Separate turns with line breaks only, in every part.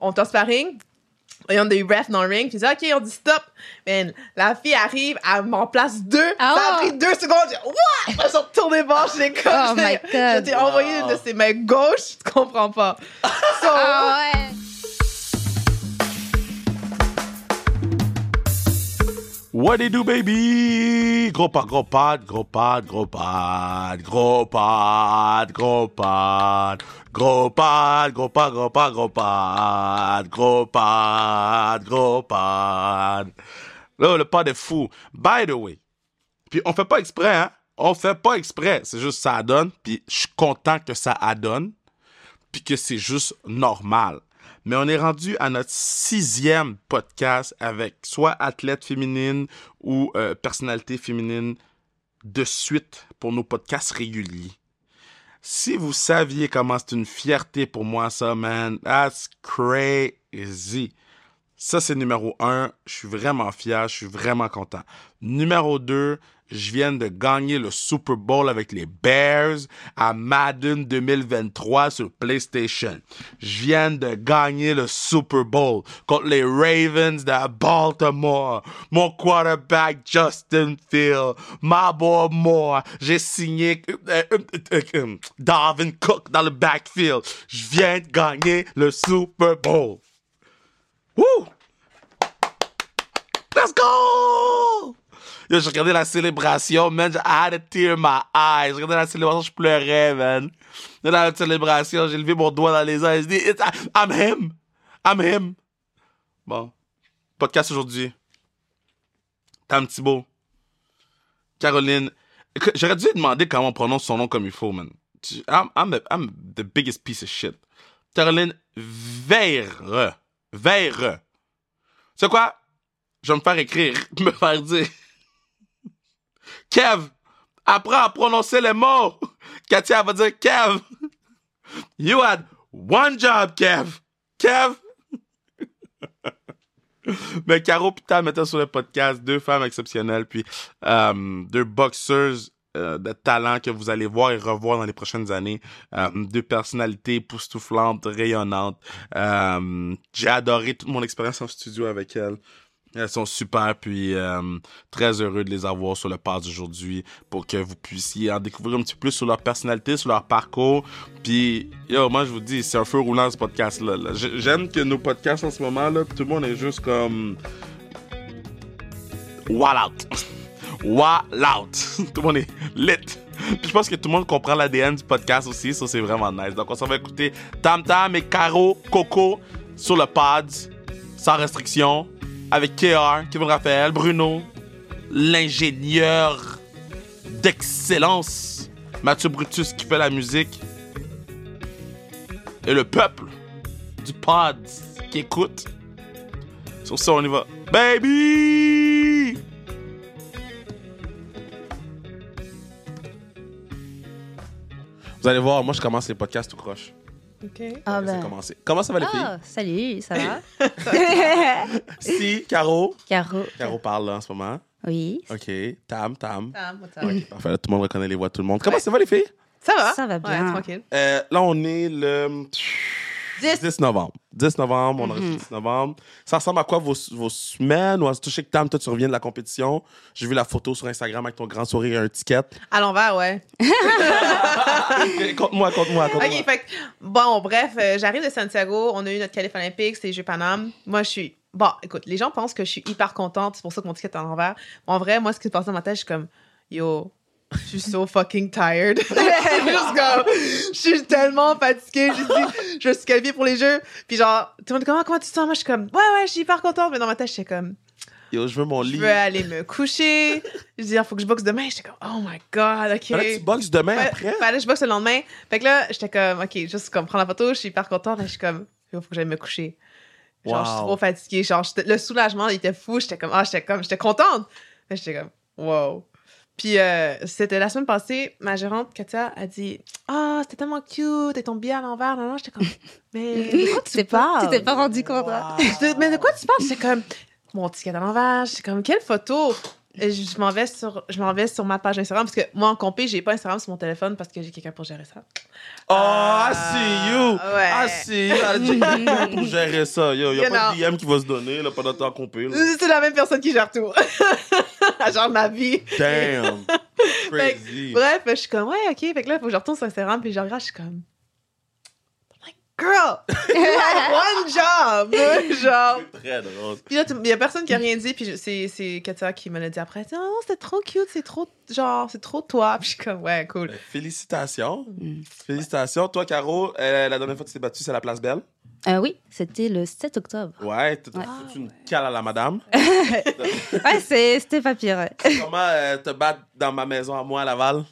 on est en sparring. Et on a eu ref dans le ring, puis j'ai dit, OK, on dit stop. Man, la fille arrive, elle m'en place deux.
Ah,
ça a
oh.
pris deux secondes. J'ai, What? Elle s'est retournée voir, je l'ai comme.
Oh my God.
J'étais envoyée de ses mains gauches, tu comprends pas. So,
Ah ouais.
What it do, baby? Gros pad, gros pad, gros pad, gros pad, gros pad, gros pad, gros pad, gros pad, gros pad, gros pad, gros pad, gros pad. Là, le pad est fou. By the way, puis on fait pas exprès, hein? On fait pas exprès. C'est juste ça donne, puis je suis content que ça adonne, puis que c'est juste normal. Mais on est rendu à notre sixième podcast avec soit athlète féminine ou euh, personnalité féminine de suite pour nos podcasts réguliers. Si vous saviez comment c'est une fierté pour moi, ça, man, that's crazy. Ça, c'est numéro un. Je suis vraiment fier. Je suis vraiment content. Numéro deux, je viens de gagner le Super Bowl avec les Bears à Madden 2023 sur PlayStation. Je viens de gagner le Super Bowl contre les Ravens de Baltimore. Mon quarterback Justin Field. Ma boy Moore. J'ai signé euh, euh, euh, euh, Dalvin Cook dans le backfield. Je viens de gagner le Super Bowl. Woo! Let's go! Yo, j'ai regardé la célébration, man. I had a tear in my eye. J'ai regardé la célébration, je pleurais, man. Dans la célébration, j'ai levé mon doigt dans les airs. J'ai dit, It's- I'm him. I'm him. Bon. Podcast aujourd'hui. Tam Thibault. Caroline. Écoute, J'aurais dû lui demander comment on prononce son nom comme il faut, man. Tu- I'm, I'm, the- I'm the biggest piece of shit. Caroline Verre. Verre. C'est quoi? Je vais me faire écrire, me faire dire. Kev, apprends à prononcer les mots. Katia va dire Kev. You had one job, Kev. Kev. Mais Caro Pita mettait sur le podcast deux femmes exceptionnelles, puis euh, deux boxeuses euh, de talent que vous allez voir et revoir dans les prochaines années. Euh, deux personnalités poustouflantes, rayonnantes. Euh, J'ai adoré toute mon expérience en studio avec elles. Elles sont super, puis euh, très heureux de les avoir sur le pass d'aujourd'hui pour que vous puissiez en découvrir un petit peu plus sur leur personnalité, sur leur parcours. Puis, yo, moi, je vous dis, c'est un feu roulant ce podcast-là. là. J'ai- J'aime que nos podcasts en ce moment, là, tout le monde est juste comme. Wall out! Wall out! tout le monde est lit! Puis je pense que tout le monde comprend l'ADN du podcast aussi, ça c'est vraiment nice. Donc on s'en va écouter Tam Tam et Caro Coco sur le Pods, sans restriction, avec KR, Kevin Raphaël, Bruno, l'ingénieur d'excellence, Mathieu Brutus qui fait la musique, et le peuple du pod qui écoute. Sur ça, on y va. Baby! Vous allez voir, moi je commence les podcasts tout croche.
OK.
Ah
C'est commencé. Comment ça va les filles?
Ah, salut, ça va?
Si, Caro.
Caro.
Caro parle là en ce moment.
Oui.
Ok, Tam, Tam.
Ok.
Parfait, là, tout le monde reconnaît les voix de tout le monde. Comment ça va les filles?
Ça va?
Ça va
Ouais,
bien.
tranquille.
Euh, là, on est le
10.
10 novembre. 10 novembre, on enregistre le
Mhm.
10 novembre. Ça ressemble à quoi vos, vos semaines? Ou à- je sais que Tam, toi, tu reviens de la compétition. J'ai vu la photo sur Instagram avec ton grand sourire et un ticket.
À l'envers, ouais.
Compte-moi, compte-moi, compte-moi.
Ah. OK, fait que, bon, bref, euh, j'arrive de Santiago, on a eu notre qualif olympique, c'est les Jeux Paname. Moi, je suis. Bon, écoute, les gens pensent que je suis hyper contente, c'est pour ça que mon ticket est à l'envers. En vrai, moi, ce qui se passe dans ma tête, je suis comme, yo. Je suis so fucking tired. Juste comme, je suis tellement fatiguée. Je dis, je suis qualifiée pour les jeux. Puis genre, tout le monde est comme, Ah, comment tu te sens? Moi, je suis comme, ouais, ouais, je suis hyper contente. Mais dans ma tête, je suis comme,
Yo, je veux mon
je
lit.
veux aller me coucher. Je dis, il faut que je boxe demain. J'étais comme, oh my god, ok.
Fallait que tu boxes demain
Fa-
après.
Fallait que Ben, je boxe le lendemain. Fait que là, j'étais comme, OK, juste comme prendre la photo, je suis hyper contente, mais je suis comme, il faut que j'aille me coucher. Genre, je suis
Wow.
trop fatiguée. Genre, j'étais- le soulagement, il était fou. J'étais comme, ah, j'étais comme, j'étais contente. Mais j'étais comme, wow. Puis euh, c'était la semaine passée, ma gérante, Katia, a dit, ah, c'était tellement cute, et ton billet à l'envers. Non, non, j'étais comme, mais de quoi
Tu
tu
t'es pas,
parles?
tu t'es pas rendu compte. hein?
Je dis, mais de quoi tu parles? J'étais comme, mon ticket à l'envers. J'étais comme, quelle photo? euh, je je m'en vais sur je m'en vais sur ma page Instagram parce que moi en compé j'ai pas Instagram sur mon téléphone parce que j'ai quelqu'un pour gérer ça
Oh,
Ah,
I see you!
ouais.
I see you! Elle dit, comment pour gérer ça. Yo, y a
You
pas de DM qui va se donner là, pendant temps qu'on peut. là.
c'est la même personne qui gère tout genre ma vie
Damn!
Fait
Crazy!
bref je suis comme ouais ok fait que là faut que je retourne sur Instagram puis je regarde je suis comme I'm like, girl you have one job genre
C'est très drôle.
Puis là, il y a personne qui a rien dit. Puis je- c'est- c'est Katia qui me l'a dit après. Elle dit, Non, non, c'était trop cute, c'est trop, genre, c'est trop toi. Puis je suis comme, ouais, cool.
Ben, Félicitations!
Mm.
Félicitations! Toi, Caro, euh, la dernière fois que tu t'es battue, c'est à la place Belle.
Euh, oui, c'était le 7 octobre.
Ouais, t'as
Ouais.
t'as foutu une cale à la madame.
Ouais, c'est- c'était pas pire. ouais.
Comment euh, te battre dans ma maison à moi à Laval?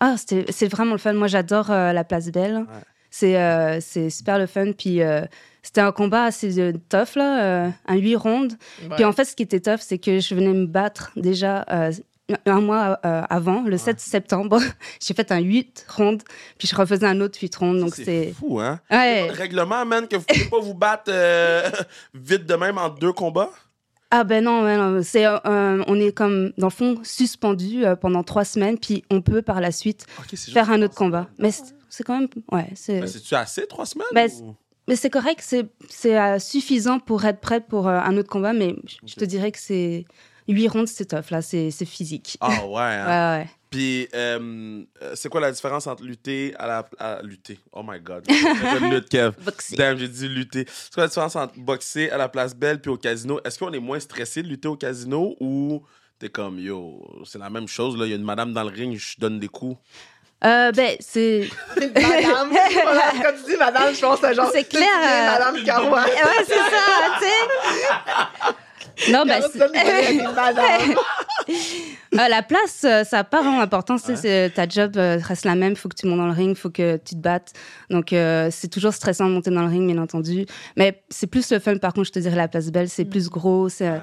Ah, c'était- c'est vraiment le fun. Moi, j'adore euh, la place Belle.
Ouais.
C'est euh, c'est super le fun. Puis euh, c'était un combat assez euh, tough, là, euh, un 8 rondes. Puis en fait, ce qui était tough, c'est que je venais me battre déjà euh, un mois euh, avant, le 7 septembre. J'ai fait un 8 rondes, puis je refaisais un autre 8 rondes. Donc
c'est
c'est.
fou, hein?
Ouais.
Règlement, man, que vous pouvez pas vous battre euh, vite de même en deux combats?
Ah ben non, ouais, non, c'est euh, euh, on est comme dans le fond suspendu euh, pendant trois semaines, puis on peut par la suite
Ok, c'est juste-
faire un autre combat. Mais c'est c'est quand même ouais, c'est
Ben, C'est-tu assez, trois semaines?
Ben,
ou-
mais c'est correct, c'est c'est euh, suffisant pour être prêt pour euh, un autre combat. Mais je- je te dirais que c'est huit rondes, c'est tough là, c'est c'est physique.
Ah ouais, hein?
Ouais, ouais.
Puis, euh, euh, c'est quoi la différence entre lutter à la... à lutter? Oh my God. Je lutte, Kev. Damn, j'ai dit lutter. C'est quoi la différence entre boxer à la place belle puis au casino? Est-ce qu'on est moins stressé de lutter au casino ou t'es comme, yo, c'est la même chose, là, il y a une madame dans le ring, je donne des coups.
Euh, ben c'est
madame, voilà, quand tu dis madame, je pense à genre.
C'est clair,
tu dis,
euh,
Madame Caroua.
Eh ouais, c'est ça, tu sais. Non, bah,
Caro, tu
c'est-
donnes des bonnes idées, madame.
Euh, la place, euh, ça part en importance. tu sais,
Ouais.
c'est- Ta job euh, reste la même. Faut que tu montes dans le ring, faut que tu te battes. Donc, euh, c'est toujours stressant de monter dans le ring, bien entendu. Mais c'est plus le fun, par contre, je te dirais, la place belle, c'est plus gros. c'est, euh,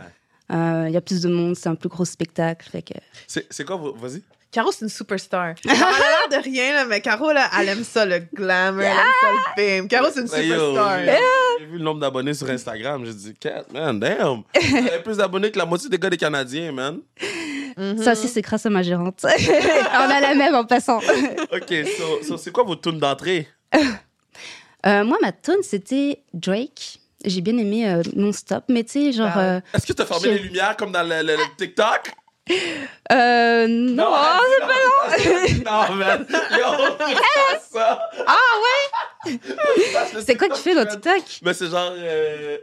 Ouais.
Il y a plus de monde, c'est un plus gros spectacle. Fait que...
C'est c'est quoi, vos- vas-y?
Caro, c'est une superstar. Genre, elle a l'air de rien, là, mais Caro, là, elle aime ça, le glamour, elle aime ça,
Ah!
le film. Caro, c'est une
Ben, yo,
superstar.
j'ai- J'ai vu le nombre d'abonnés sur Instagram, j'ai dit, Cat, man, damn! Elle a plus d'abonnés que la moitié des gars des Canadiens, man.
Mhm.
Ça aussi, c'est grâce à ma gérante. On a la même en passant.
OK, so, so c'est quoi vos tunes d'entrée?
Euh, moi, ma tune, c'était Drake. J'ai bien aimé euh, Non-Stop, mais tu sais, genre...
Ah ouais.
euh,
Est-ce que t'as fermé
Je-
les lumières comme dans le, le- le TikTok?
euh, non,
non, c'est pas Non, man! Yo, c'est ça!
Ah ouais
Parce que
C'est quoi que tu fais
Ah,
dans
trend.
TikTok
Mais c'est genre. euh,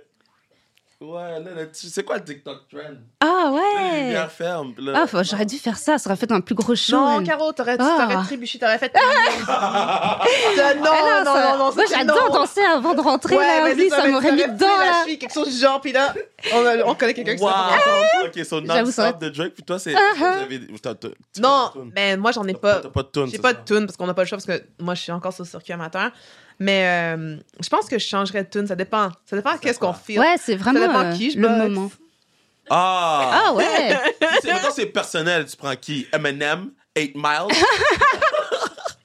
Ouais, là, là, tu- c'est quoi le TikTok trend?
Ah
Là, Les
ouais
lumières fermes. pis Là...
Ah, faut- j'aurais dû faire ça, ça aurait fait un plus gros show.
Non,
même.
Caro, t'aurais
Ah.
t'aurais trébuché, t'aurais fait. Non,
Ah
non, non,
ça-
non, non,
Moi,
c'est-
j'adore
non.
danser avant de rentrer, là,
mais
oui,
c'est
ça
mais tu
m'aurait mis
t'aurais
dedans,
pris la
là.
cheville, quelque chose du genre, puis là, on, a- on connaît quelqu'un qui s'appelle.
Wow! Ok, so
J'avoue, ça Uh-huh.
non-stop de Drake, puis toi, c'est. vous avez- t'as- t'as-
Non,
tu fais pas de tune.
mais moi, j'en ai
T'as pas,
pas.
t'as pas de tune.
J'ai
c'est
pas
ça.
de tune parce qu'on n'a pas le choix parce que moi, je suis encore sur le circuit amateur. Mais euh, je pense que je changerais de tune. Ça dépend. Ça dépend qu'est-ce qu'on feel.
Ouais, c'est vraiment
hein. Ça dépend
euh,
qui je
le
boxe.
moment.
Ah!
Ah ouais
Si c'est- mettons, c'est personnel, tu prends qui? Eminem? 8 Miles?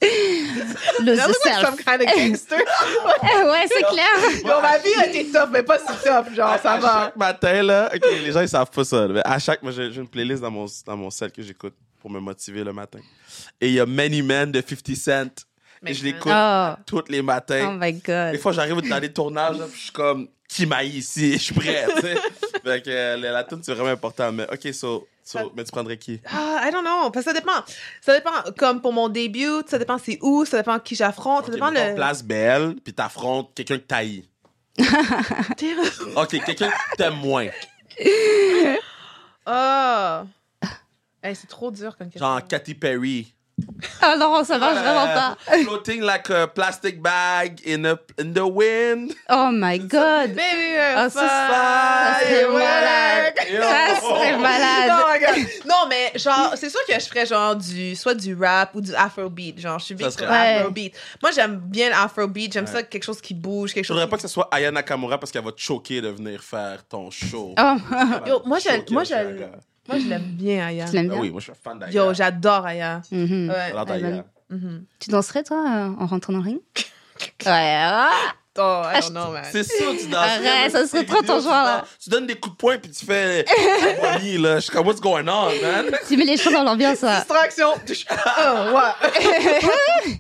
Le
That was like
self.
some kind of gangster.
ouais, c'est clair.
Yo, ma vie a été top, mais pas si top, genre, Ah, ça
à
va.
chaque matin, là. OK, les gens, ils savent pas ça. là, Mais à chaque... Moi, j'ai j'ai une playlist dans mon, dans mon set que j'écoute pour me motiver le matin. Et il y a Many Men de 50 Cent. Et je l'écoute
Oh.
tous les
Oh
matins.
my
Des
god.
fois, j'arrive dans des tournages, là, puis je suis comme, qui m'a ici? Je suis prêt, tu sais. Fait que euh, la, la tune, c'est vraiment important. Mais OK, so, so, mais tu prendrais qui?
Ah, I don't know. Parce que ça dépend. Ça dépend, comme pour mon début, ça dépend c'est où, ça dépend qui j'affronte,
OK,
ça dépend
mettons
le.
Place belle, puis t'affrontes quelqu'un que t'haïs. OK, quelqu'un que t'aimes moins.
Ah. Hey, c'est trop dur comme question.
Genre Katy Perry.
Oh non, ça marche vraiment pas.
Ah, Euh, Floating like a plastic bag in, a, in the wind.
Oh my god.
Baby,
Ah, ça, ça serait malade.
Yo.
Ça serait
Oh, Non,
malade.
my God. non, mais genre, c'est sûr que je ferais genre du, soit du rap ou du afrobeat. Genre, je suis big
Ça serait-
sur
Ouais.
afrobeat. Moi, j'aime bien l'afrobeat. J'aime
Ouais.
ça, quelque chose qui bouge, quelque
Je
chose.
voudrais pas que ce soit Aya Nakamura parce qu'elle va te choquer de venir faire ton show.
Oh,
Elle va
Yo,
te
moi, j'ai-
choquer,
moi,
le
j'ai-
gars.
Moi, je l'aime bien, Aya.
tu l'aimes
Ah
bien
oui, moi, je suis fan d'Aya.
Yo, j'adore Aya.
Mhm.
Ouais.
J'adore Aya.
Mhm.
Tu danserais, toi, euh, en rentrant dans le ring Ouais. ah.
Oh, I don't know, man.
C'est ça, tu danses.
Arrête, ça serait
C'est
trop ton
vidéo, tu
genre, là.
danses- Tu donnes des coups de poing, puis tu fais. Ah, oui, là. Je suis comme, what's going on, man?
Tu mets les choses dans l'ambiance, là.
Distraction. Oh, ouais.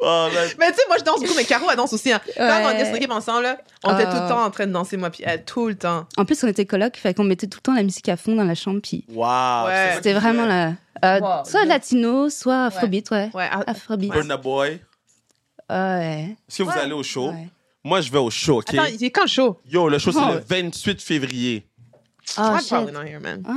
Oh, man.
mais tu sais, moi, je danse beaucoup, mais Caro, elle danse aussi. Hein. Quand
Ouais.
on était son équipe ensemble, là, on était
Ah.
tout le temps en train de danser, moi, puis elle, tout le temps.
En plus, on était coloc, fait qu'on mettait tout le temps la musique à fond dans la chambre, puis
Wow.
Ouais.
c'est ça
c'était
qui
vraiment
fait.
la. euh,
Wow.
soit latino, soit afrobeat, ouais.
Ouais, ah,
Afrobeat. Ouais.
Burna Boy. Est-ce que vous
Ouais.
allez au show?
ouais.
Moi, je vais au show, OK?
Attends, il est quand le show?
Yo, le show, c'est
Oh.
le 28 février.
Oh,
I'm
shit.
probably not here, man.
Ouais,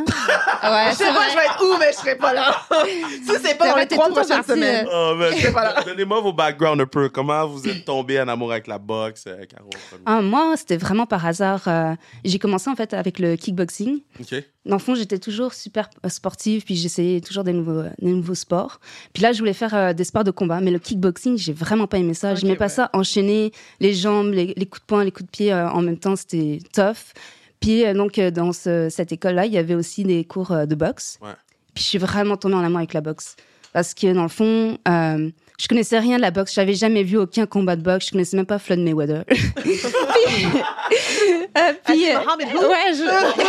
Je sais pas, je vais être où, mais je serai pas là. si c'est pas
T'as
dans les
été
trois
tout le temps
prochaines
parti,
semaines.
Oh, man.
Voilà.
Donnez-moi vos backgrounds un peu. Comment vous êtes tombé en amour avec la boxe, euh, Caro? en premier?
Ah, moi, c'était vraiment par hasard. euh, j'ai commencé en fait avec le kickboxing.
OK.
Dans le fond, j'étais toujours super euh, sportive, puis j'essayais toujours des nouveaux, euh, des nouveaux sports. Puis là, je voulais faire euh, des sports de combat, mais le kickboxing, j'ai vraiment pas aimé ça.
Ok,
je J'aimais pas
ouais.
ça, enchaîner les jambes, les, les coups de poing, les coups de pied euh, en même temps, c'était tough. Puis euh, donc, euh, dans ce- cette école-là, il y avait aussi des cours euh, de boxe.
Ouais.
Puis je suis vraiment tombée en amour avec la boxe. Parce que dans le fond, euh, je connaissais rien de la boxe. J'avais jamais vu aucun combat de boxe. Je connaissais même pas Floyd Mayweather. puis, euh, puis, euh,
Mohamed Who?
ouais, je...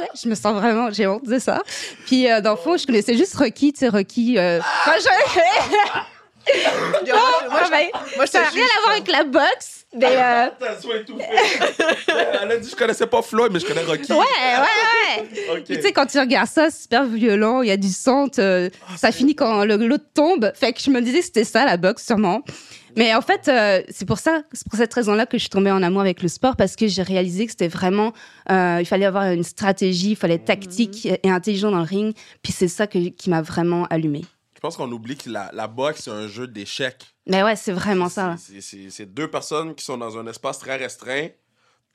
Ouais, c'est- je me sens vraiment, j'ai honte de ça. Puis euh, dans le fond, je connaissais juste Rocky, tu sais, Rocky. euh, quand je...
Yo, moi, je- moi, je-
Ouais,
moi, je
ça n'a
te
rien
juge,
à voir avec la boxe, mais. euh,
T'as soin tout fait. Elle a dit, je connaissais pas Floyd, mais je connais Rocky.
Ouais, ouais, ouais.
OK.
Puis, Tu sais, quand tu regardes ça, c'est super violent, il y a du sang, te-
Ah,
ça finit quand le- l'autre tombe. Fait que je me disais que c'était ça, la boxe, sûrement. Mais en fait, euh, c'est pour ça, c'est pour cette raison-là que je suis tombée en amour avec le sport, parce que j'ai réalisé que c'était vraiment, euh, il fallait avoir une stratégie, il fallait être tactique
Mm.
et intelligent dans le ring. Puis c'est ça que- qui m'a vraiment allumée.
Je pense qu'on oublie que la, la boxe, c'est un jeu d'échecs.
Mais ouais, c'est vraiment ça. hein?
C'est- C'est c'est deux personnes qui sont dans un espace très restreint,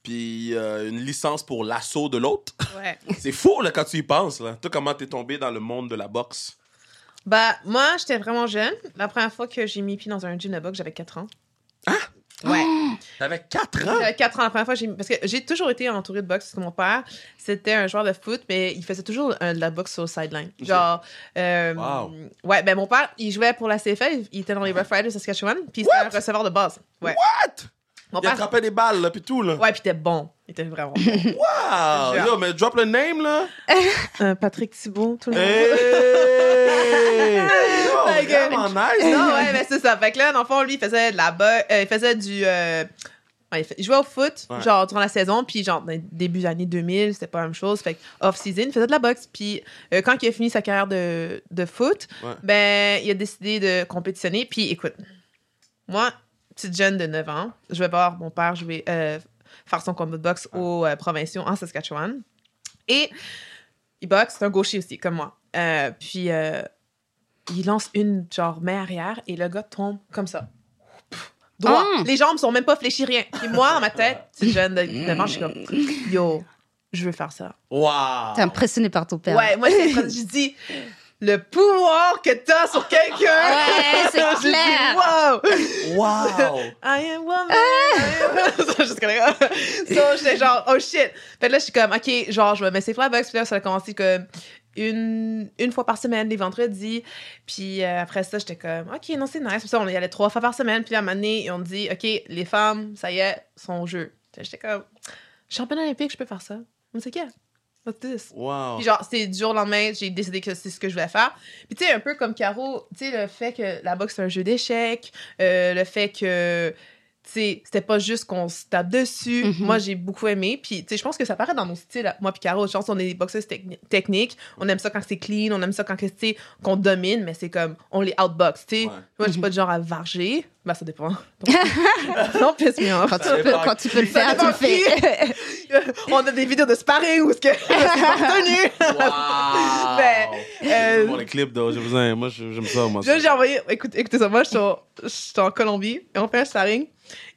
puis euh, une licence pour l'assaut de l'autre.
Ouais.
C'est fou, là, quand tu y penses, là. Toi, comment t'es tombé dans le monde de la boxe?
Bah, moi, j'étais vraiment jeune. La première fois que j'ai mis pied dans un gym de boxe, j'avais 4 ans. Ah? Ouais.
T'avais 4 ans?
J'avais 4 ans la première fois. J'ai... Parce que j'ai toujours été entourée de boxe parce que mon père, c'était un joueur de foot, mais il faisait toujours euh, de la boxe sur le sideline.
Ok.
Genre. euh,
Wow.
Ouais, ben mon père, il jouait pour la CFL, il était dans les Rough Riders Saskatchewan, puis c'était un receveur de base. Ouais.
What?
Mon
Il
père.
attrapait des balles, là, puis tout, là.
Ouais, puis il était bon. Il était vraiment bon.
Wow!
Genre.
Yo, mais drop le name, là.
Euh, Patrick Thibault, tout le
Euh,
monde.
Hey! Oh,
Like,
vraiment nice.
Non, ouais, mais c'est ça. Fait que là, dans le fond, lui, il faisait de la boxe. il faisait du. euh, ouais, il fait- il jouait au foot,
Ouais.
genre, durant la saison. Puis, genre, dans les débuts des années 2000, c'était pas la même chose. Fait que off-season, il faisait de la boxe. Puis, euh, quand il a fini sa carrière de, de foot,
Ouais.
ben, il a décidé de compétitionner. Puis, écoute, moi, petite jeune de 9 ans, je vais voir mon père jouer, euh, faire son combat de boxe aux euh, provinciaux en Saskatchewan. Et il boxe, c'est un gaucher aussi, comme moi. Euh, puis euh, il lance une genre main arrière et le gars tombe comme ça. Pff, Droit.
Ah!
Les jambes sont même pas fléchies, rien. Puis moi, dans ma tête, petite jeune de 9 ans, je suis comme Yo, je veux faire ça.
Wow!
T'es impressionnée par ton père.
Ouais, moi, c'est quand je dis le pouvoir que t'as sur quelqu'un.
Ah. Ouais, c'est
Je dis,
clair.
Wow!
Wow!
I am woman. I am- Ça, jusqu'à là. So, j'étais genre, oh shit. Fait que là, je suis comme, ok, genre, je vais m'essayer pour la boxe. Puis là, ça a commencé comme une, une fois par semaine, les vendredis. Puis euh, après ça, j'étais comme, ok, non, c'est nice. Puis ça, on y allait trois fois par semaine. Puis là, à un moment donné, ils ont dit, ok, les femmes, ça y est, sont au jeu. Puis J'étais comme, championnat olympique, je peux faire ça. On sait quel? What's this?
Wow!
Ah.
Puis genre, c'est du jour au lendemain, j'ai décidé que c'est ce que je voulais faire. Puis tu sais, un peu comme Caro, tu sais, le fait que la boxe, c'est un jeu d'échecs, euh, le fait que, tu sais, c'était pas juste qu'on se tape dessus.
Mhm.
Moi, j'ai beaucoup aimé. Puis, tu sais, je pense que ça paraît dans nos styles. Moi puis Caro, je pense qu'on est des boxeuses techni- techniques. On aime ça quand c'est clean, on aime ça quand, que, tu sais, qu'on domine, mais c'est comme, on les outbox, tu sais.
Ouais.
Moi, je suis pas du genre à varger. Ben, ça dépend. non, pisse me off.
Quand tu, peux, quand tu peux le
Ça
faire, tu le
dépend
fais.
On a des vidéos de sparring où ce que c'est pas retenu.
Wow!
Ben, euh,
Pour les clips, though, j'ai besoin. Moi, je- j'aime ça, moi.
Là,
ça.
j'ai envoyé. Écoute, écoutez ça, moi, je suis en- je suis en, Colombie et on fait un sparring.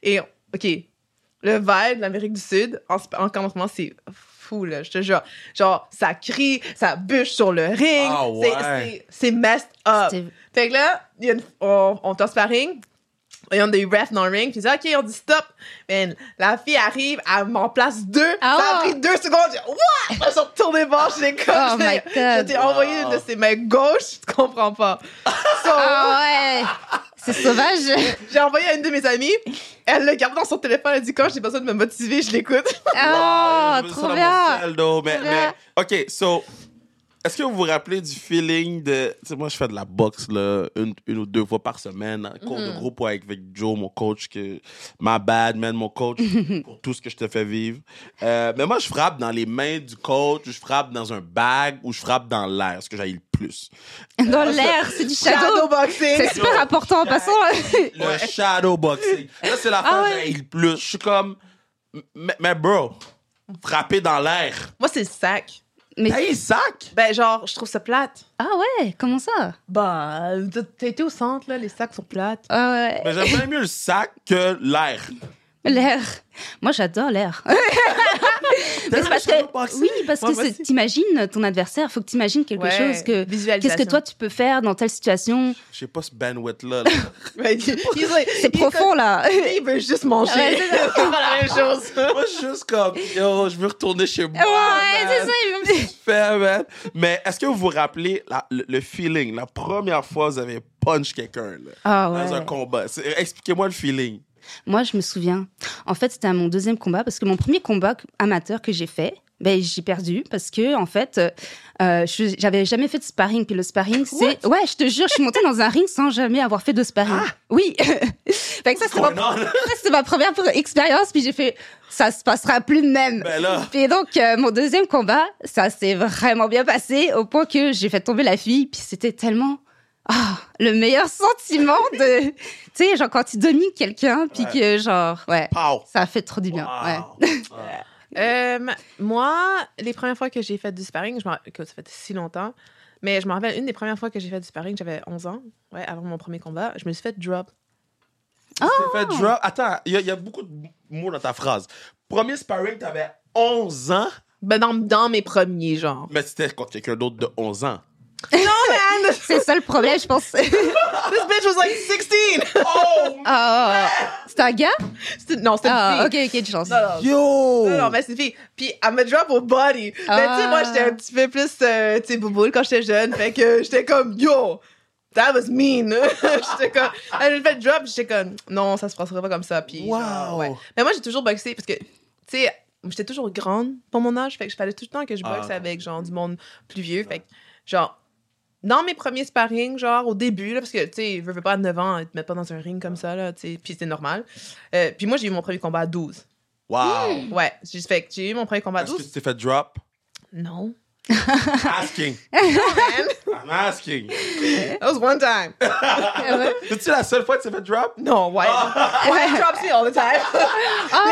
Et, OK, le vibe de l'Amérique du Sud, en, sp- en commencement, c'est fou, là, je te jure. Genre, ça crie, ça bûche sur le ring.
Ah,
c'est-
ouais.
c'est- C'est messed up.
C'était-
Fait que là, il y a une- on, on est en sparring. Il y a des refs dans le ring. Puis ils disent, OK, on dit stop. Man, la fille arrive, elle m'en place deux.
Ah
ça a
ouais.
pris deux secondes. J'ai, What? Elles sont retournées voir, je les coche.
Oh my God.
J'étais envoyé
Wow.
une de ses mains gauches, tu comprends pas. So,
Ah ouais. C'est sauvage.
J'ai envoyé à une de mes amies, elle le garde dans son téléphone, elle dit quand j'ai besoin de me motiver, je l'écoute.
Oh,
Je veux ça
trop
dans mon
bien.
saldo, mais,
Trop bien.
mais- OK, so, est-ce que vous vous rappelez du feeling de... Tu sais, moi, je fais de la boxe, là, une, une ou deux fois par semaine, en cours de
Mm-hmm.
groupe ouais, avec, avec Joe, mon coach, que... My bad, man, mon coach, pour tout ce que je te fais vivre. Euh, mais moi, je frappe dans les mains du coach, ou je frappe dans un bag, ou je frappe dans l'air, ce que j'aille le plus.
Dans l'air, c'est du shadow.
Shadow boxing.
C'est super important en passant.
Le shadow boxing. Là, c'est la fin
Ah ouais.
que j'haïs le plus. Je suis comme... Mais, mais bro, frapper dans l'air.
Moi, c'est le sac.
Mais
Hey, sac!
Ben, genre, je trouve ça plate.
ah ouais, comment ça
Ben, t'as été au centre, là, les sacs sont plates.
Ah ouais,
Mais j'aime bien mieux le sac que l'air.
l'air. Moi, j'adore l'air. Mais c'est parce que oui, parce
Moi,
que
moi
c'est-
aussi.
t'imagines ton adversaire, faut que t'imagines quelque
Ouais,
chose que
visualisation.
qu'est-ce que toi tu peux faire dans telle situation.
J'ai pas ce bandwidth-là. là.
Ben, il- il-
C'est
il-
profond là.
Il veut juste manger.
Ouais,
c'est pas la même chose.
Moi, je suis juste comme, yo, je veux retourner chez moi.
ouais,
man.
c'est ça. il veut me-
Fais, man. Mais est-ce que vous vous rappelez la- le, le feeling, la première fois que vous avez punch quelqu'un là,
Ah
dans un
ouais.
combat? C'est- Expliquez-moi le feeling.
Moi, je me souviens. En fait, c'était à mon deuxième combat parce que mon premier combat amateur que j'ai fait, ben j'ai perdu parce que en fait, euh, euh, je- j'avais jamais fait de sparring. Puis le sparring, c'est ouais, je te jure, je suis montée dans un ring sans jamais avoir fait de sparring. Oui. fait que ça, c'est
Going
mon-
on?
Ça, c'était ma première pr- expérience, puis j'ai fait ça se passera plus de même.
Ben là.
Et donc, euh, mon deuxième combat, ça s'est vraiment bien passé au point que j'ai fait tomber la fille, puis c'était tellement. ah, le meilleur sentiment de. tu sais, genre quand tu domines quelqu'un, puis que genre, ouais.
Pow!
Ça fait trop du bien.
Wow.
Euh, moi, les premières fois que j'ai fait du sparring, je m'en- écoute, ça fait si longtemps, mais je me rappelle, une des premières fois que j'ai fait du sparring, j'avais 11 ans, ouais, avant mon premier combat, je me suis fait drop.
Tu t'es fait drop. Attends, il y, a- il y a beaucoup de mots dans ta phrase. Premier sparring, t'avais 11 ans,
Ben, dans, dans mes premiers, genre.
mais c'était contre quelqu'un d'autre de 11 ans.
ouais. C'est ça le problème, je pense.
This bitch was like 16!
Oh!
Ah, c'est un gars
C'était- non, c'était
Ah,
une
ok,
fille.
ok, de chance.
Non, non,
Yo!
Non, non, mais c'est une fille. Puis, elle me drop au body. Mais tu sais, moi, j'étais
Ah.
un petit peu plus, euh, tu sais, bouboule quand j'étais jeune. Fait que j'étais comme, yo, that was mean. j'étais comme, elle me fait drop, j'étais comme, non, ça se passera pas comme ça. Puis,
Wow.
genre, ouais. Mais moi, j'ai toujours boxé parce que, tu sais, j'étais toujours grande pour mon âge. Fait que je fallait tout le temps que je
Ah,
boxe
ok.
avec, genre, du monde plus vieux. Fait que, genre, dans mes premiers sparring, genre au début, là, parce que tu sais, je veux pas à 9 ans, ils te mettent pas dans un ring comme ça, là, tu sais, puis c'est normal. Euh, puis moi, j'ai eu mon premier combat à 12.
Wow!
Hmm.
Ouais, j'ai fait que j'ai eu mon premier combat à
Est-ce que
12.
tu t'es fait drop?
Non.
Asking. I'm asking.
That was one time.
C'est-tu la seule fois que tu t'es fait drop?
Non, ouais.
Ah.
Wyatt drops me all the time.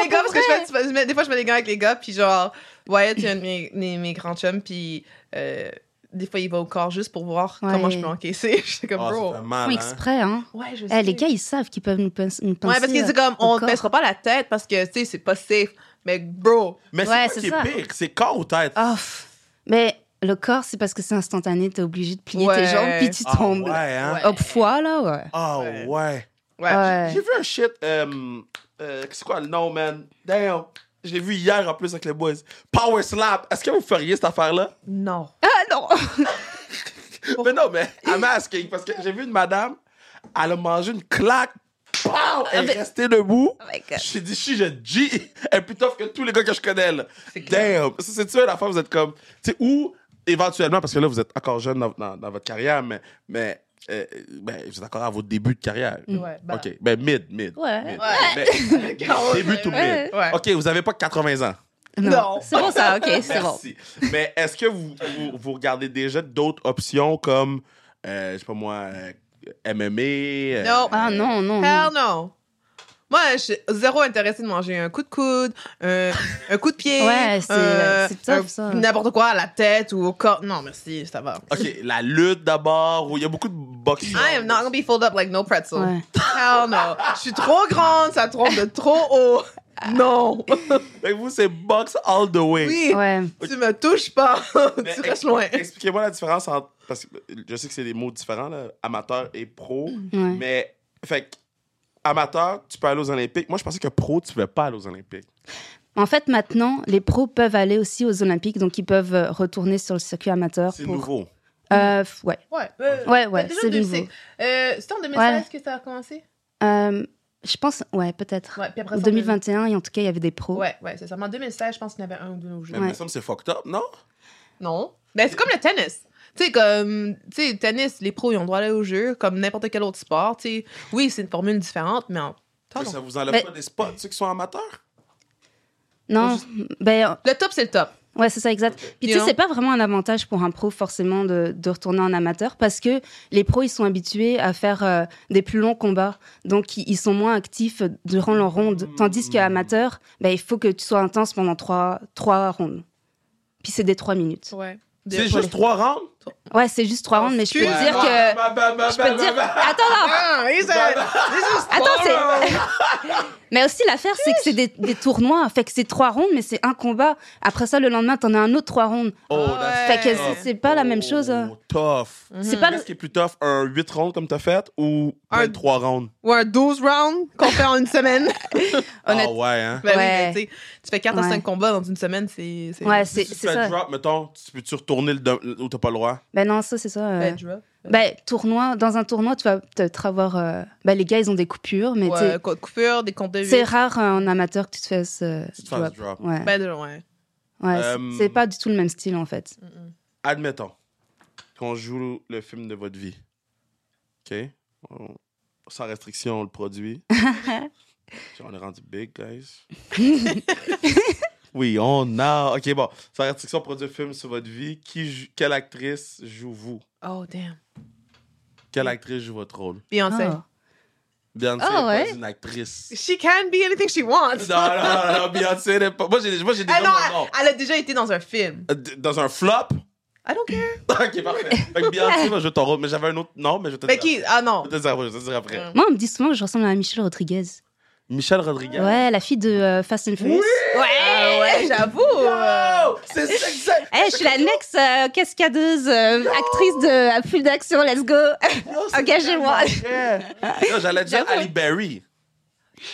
les gars, parce que je
Ah, pour vrai?
fais, tu fais- je mets- des fois, je mets des gars avec les gars, puis genre, Wyatt, c'est un de mes, mes, mes grands chums, puis euh, des fois, il va au corps juste pour voir
Ouais.
comment je peux encaisser. J'étais comme,
Oh,
bro.
ça fait mal,
Ils font
hein?
exprès, hein.
Ouais, je
Eh,
sais.
les gars, ils savent qu'ils peuvent nous, pin- nous pincer.
Ah, Ouais, parce qu'ils
euh,
disent comme,
au
on ne
corps.
pèsera pas la tête parce que, tu sais, c'est pas safe. Mais bro,
Mais
Ouais,
c'est
c'est
quoi
ça.
qui est pire? C'est corps ou tête?
Oh, pff. mais le corps, c'est parce que c'est instantané, t'es obligé de plier
Ouais.
tes jambes puis tu
Ah,
tombes.
ouais, hein?
Ouais.
Hop fois là, ouais.
Ah,
Ouais.
ouais.
ouais.
Ouais.
J'ai vu un shit. euh, euh, c'est quoi le nom, man? Damn. Je l'ai vu hier en plus avec les boys. Power Slap. Est-ce que vous feriez cette affaire-là?
Non.
Ah non. Oh.
Mais non, mais I'm asking. Parce que j'ai vu une madame, elle a mangé une claque. Pow! Elle est
Ah, mais-
restée debout.
Oh my God.
Je me dit, si je G, elle est plus tough que tous les gars que je connais. Là.
C'est clair.
Damn! Ça, c'est-tu une affaire, vous êtes comme. Tu sais, ou éventuellement, parce que là, vous êtes encore jeune dans, dans- dans votre carrière, mais, mais euh, ben, vous êtes encore à vos débuts de carrière.
Ouais, bah.
OK. Ben, mid, mid.
Ouais.
Mid.
Ouais.
Mais- début
Début
to mid.
Ouais.
Ouais.
OK, vous n'avez pas 80 ans.
Non.
C'est bon ça, ok, c'est bon.
Merci. Mais est-ce que vous, vous, vous regardez déjà d'autres options comme, euh, je sais pas moi, euh, MMA? euh,
Non.
Ah non, non. non.
Hell no. Moi, je suis zéro intéressée de manger un coup de coude, un, un coup de pied.
Ouais, c'est-
euh,
c'est tough,
un-
ça.
N'importe quoi, à la tête ou au corps. Non, merci, ça va.
OK, la lutte d'abord, ou il y a beaucoup de boxing.
I am not gonna be folded up like no pretzel.
Ouais.
Hell no. Je suis trop grande, ça trompe de trop haut. Non.
Fait que vous, c'est box all the way.
Oui,
Ouais.
tu me touches pas.
Mais
tu restes loin.
expli- Expliquez-moi la différence entre. Parce que je sais que c'est des mots différents, là, amateur et pro. Mais, fait que, amateur, tu peux aller aux Olympiques. Moi, je pensais que pro, tu pouvais pas aller aux Olympiques.
En fait, maintenant, les pros peuvent aller aussi aux Olympiques, donc ils peuvent euh, retourner sur le circuit amateur.
C'est
pour-
nouveau.
Euh, f- ouais.
Ouais, euh,
Ouais,
t'as
ouais,
déjà
c'est
deux-
nouveau.
Euh, C'était en 2016 que ça a commencé?
Euh, je pense, ouais, peut-être.
Ouais, puis après ça, en
2021, et en tout cas, il y avait des pros.
Ouais, ouais, c'est ça. Mais En 2016, je pense qu'il y en avait un ou deux au jeu.
Mais il me semble que c'est fucked up, non?
Non. Ben, c'est comme le tennis. Tu sais, comme, tu sais, tennis, les pros, ils ont droit d'aller au jeu, comme n'importe quel autre sport. Tu sais, oui, c'est une formule différente, mais en.
Mais
Pardon.
ça vous enlève
Mais-
pas des spots, ceux qui sont amateurs?
Non, ben,
Le top, c'est le top.
Ouais, c'est ça, exact. Puis tu
You
sais,
know?
c'est pas vraiment un avantage pour un pro forcément de, de retourner en amateur parce que les pros, ils sont habitués à faire euh, des plus longs combats. Donc, ils ils sont moins actifs durant leur ronde. Tandis qu'à amateur, ben, il faut que tu sois intense pendant trois, trois rondes. Puis c'est des trois minutes.
Ouais.
C'est juste trois rounds?
Ouais, c'est juste trois rondes, mais je peux
excuse-
te dire que... Je peux te dire... Attends, non
Ah, he's a- he's a
Attends,
scorer.
Mais aussi, l'affaire, c'est que c'est des, des tournois. Fait que c'est trois rondes, mais c'est un combat. Après ça, le lendemain, t'en as un autre trois rondes.
Oh,
Ouais.
Fait
that's
que
Ouais.
c'est- c'est pas la même chose. hein.
Oh, tough.
C'est pas le-
Qu'est-ce qui est plus tough, un 8 rounds comme t'as fait ou
Un-
un 3 rounds?
Ou un 12 rounds qu'on fait en une semaine.
Ah
Honnête-
ouais, hein?
Ben oui,
Ouais.
mais tu sais, tu fais 4 à
Ouais.
5 combats dans une semaine, c'est. c'est-
Ouais,
Si
c'est
tu
c'est
fais
ça.
drop, mettons, tu peux-tu retourner le dom- ou t'as pas le droit?
Ben non, ça, c'est ça. euh,
Ben, tu vois.
Ben, tournoi, dans un tournoi, tu vas peut-être avoir. euh, ben, les gars, ils ont des coupures, mais
Ouais,
t'sais,
co- coupure, des comptes euh, de
c'est
vie.
rare euh, en amateur que tu te fasses. euh,
Tu te fasses drop.
Ouais,
Ben, de loin.
ouais c'est-
Euh,
c'est pas du tout le même style en fait.
Admettons qu'on joue le film de votre vie. OK? On- Sans restriction, on le produit. Puis on est rendu big, guys. oui, on a. OK, bon. Sans restriction, on produit le film sur votre vie. Qui jou- Quelle actrice joue vous?
Oh, damn. Ah.
Quelle actrice joue votre rôle?
Beyoncé.
Oh.
Beyoncé
Ah,
n'est
ouais?
pas une actrice.
She can be anything she wants.
non, non, non, non, Beyoncé n'est pas. Moi, j'ai moi, j'ai des
Ah, non,
noms,
elle,
non.
elle a déjà été dans un film.
ah.
Euh, d- Dans un flop?
I don't care.
OK, parfait. Fait que Beyoncé va jouer ton rôle. Mais j'avais un autre. Non, mais je vais te
Mais
dire
qui? Ah non.
après. Je vais te dire après, je vais te dire après.
Moi, on me dit souvent que je ressemble à Michelle Rodriguez.
Michel Rodriguez.
Ouais, la fille de euh, Fast and Furious.
Ouais, ouais, j'avoue.
Wow! Oh, C'est ça exact!
Eh, je suis la next euh, cascadeuse, euh, actrice de à Full d'Action, let's go! Engagez-moi!
Non, J'allais dire
J'avoue.
Ali Berry.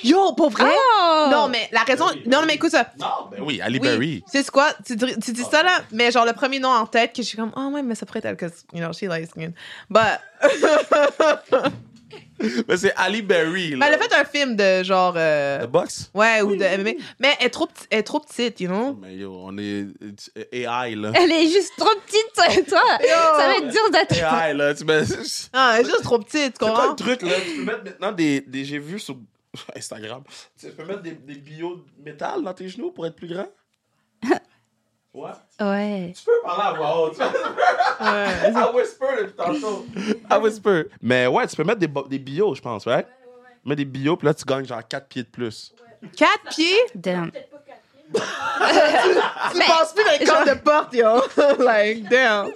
Yo, pour vrai?
Oh!
Non, mais la raison. Non, mais écoute ça.
Non, ben oui, Ali
Oui,
Berry.
Tu sais quoi? Tu, dir- tu dis ça là, mais genre le premier nom en tête que je suis comme, oh ouais, mais ça pourrait être elle, parce que, you know, she light skin. But.
Mais c'est Ali Berry.
mais
là.
ben, elle a fait un film de genre. euh,
Le box?
Ouais, ou de MMA. Mais elle est trop, p'ti- elle est trop petite, you know?
Mais yo, on est euh, AI, là.
Elle est juste trop petite, toi! Ça va être dur d'être.
AI, là. Tu mets- C'est
Ah, elle est juste trop petite, tu
quoi
comprends?
le truc, là? Tu peux mettre maintenant des. des- J'ai vu sur Instagram. Tu peux mettre des, des bio de métal dans tes genoux pour être plus grand? Ouais.
Ouais.
Tu peux parler à voix haute.
Ouais.
I whisper depuis tantôt. I whisper. Mais ouais, tu peux mettre des, bo- des bio, je pense, right? Mets des bio, puis là, tu gagnes genre 4 pieds de plus.
Quatre pieds?
Damn.
Tu passes plus dans les
genre-
cordes de porte, yo! like, damn!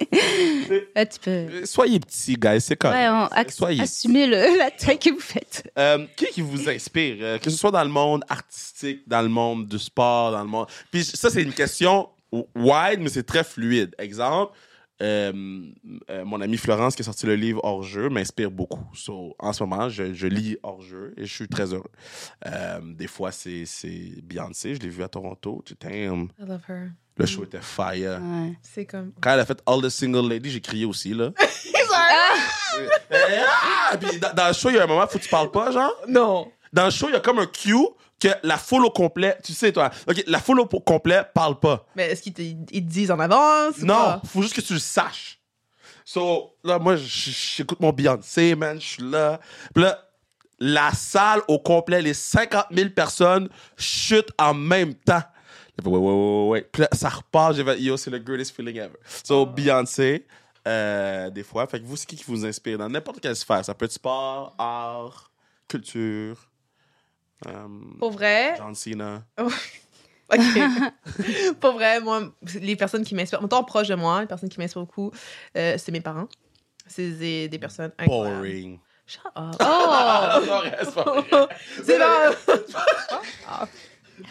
Là, tu peux.
Euh, Soyez petits, guys, c'est correct.
Ouais, on-
Euh, soyez-
assumez le, la taille que vous faites.
Euh, qui qui vous inspire, euh, que ce soit dans le monde artistique, dans le monde du sport, dans le monde. Puis ça, c'est une question wide, mais c'est très fluide. Exemple, euh, euh, mon amie Florence qui a sorti le livre Hors jeu m'inspire beaucoup. So, en ce moment, je, je lis Hors jeu et je suis très heureux. Euh, des fois, c'est c'est Beyoncé, je l'ai vu à Toronto. Tu- Damn,
I love her.
le show était fire.
Ouais.
C'est comme.
Quand elle a fait All the Single Lady, j'ai crié aussi, là. Euh, ah! Puis dans, dans le show, il y a un moment, faut que tu parles pas, genre
Non!
dans le show, il y a comme un cue que la foule au complet, tu sais, toi, OK, la foule au au complet parle pas.
Mais est-ce qu'ils te, ils te disent en avance? ou
Non,
pas?
faut juste que tu le saches. So, là, moi, j- j'écoute mon Beyoncé, man, je suis là. Puis là, la salle au complet, les 50 000 personnes chutent en même temps. Là, Ouais, ouais, ouais, ouais. Puis là, ça repart, j'ai fait, yo, c'est le greatest feeling ever. So, Beyoncé, euh, des fois, fait que vous, c'est qui qui vous inspire dans n'importe quelle sphère? Ça peut être sport, art, culture. euh,
Pour vrai,
John Cena.
OK. Pour vrai, moi, les personnes qui m'inspirent, autant proche de moi, les personnes qui m'inspirent beaucoup, euh, c'est mes parents. C'est des, des personnes incroyables.
Boring.
Shut up. Oh!
c'est pas vrai,
c'est pas-
c'est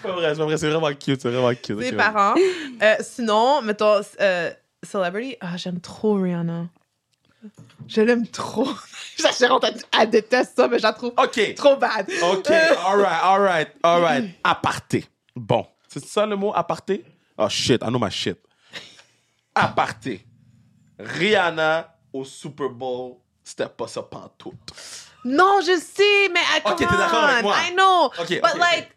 pas vrai, c'est pas vrai, c'est vraiment cute, c'est vraiment cute.
Mes
ok,
parents. Euh, sinon, mettons, euh, Celebrity, ah, j'aime trop Rihanna. Je l'aime trop. Sa gérante, elle, elle déteste ça, mais je la trouve
OK,
trop bad.
OK, alright, alright, alright. Aparté. Bon, Ah, c'est ça le mot aparté? Oh shit, I know my shit. Aparté. Rihanna au Super Bowl, c'était pas ça pantoute.
Non, je sais, mais I, come
Ok, t'es d'accord avec
on,
moi.
I know.
Ok,
But
ok,
like,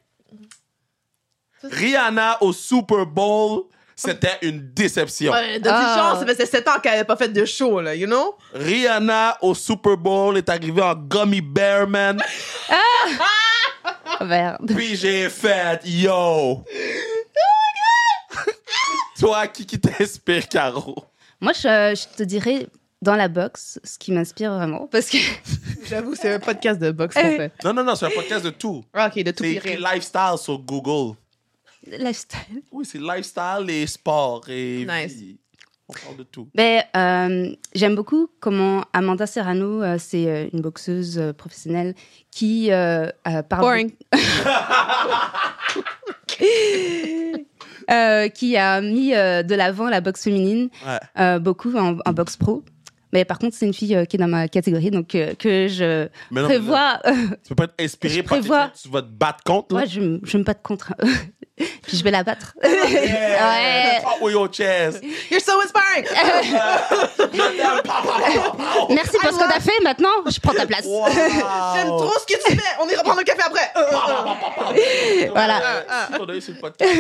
Rihanna au Super Bowl, c'était une déception.
euh, de
Ah.
toute chance, ça faisait 7 ans qu'elle n'avait pas fait de show, là, you know?
Rihanna au Super Bowl est arrivée en Gummy Bear Man,
Ah, Merde.
puis j'ai fait yo. Toi, qui qui t'inspire, Caro?
Moi, je, je te dirais dans la boxe, ce qui m'inspire vraiment, parce que
J'avoue, c'est un podcast de boxe
Eh.
qu'on fait.
Non, non, non, c'est un podcast de tout.
Ah, Ok, de tout
C'est écrit
pire.
lifestyle sur Google.
lifestyle.
Oui, c'est lifestyle et sport et
Nice.
vie. On parle de tout.
Mais euh, j'aime beaucoup comment Amanda Serrano, euh, c'est euh, une boxeuse euh, professionnelle qui euh, euh, parle.
Boring.
Euh, qui a mis euh, de l'avant la boxe féminine
Ouais.
euh, beaucoup en, en boxe pro. Mais par contre, c'est une fille euh, qui est dans ma catégorie, donc euh, que je
Mais non, mais
prévois. euh,
Tu peux pas être inspiré
Je
par
prévois.
quelqu'un que tu vas te battre contre. là.
Moi, je ne me pas de contre. Puis je vais la battre.
Yeah.
Ouais.
Pop with your chest.
You're so inspiring!
Pow, pow, pow, pow, pow.
Merci pour ce qu'on a fait. Maintenant, je prends ta place.
Wow.
J'aime trop ce que tu fais! On ira prendre un café après! Euh, euh, euh.
Voilà.
Euh, si on a eu sur le podcast.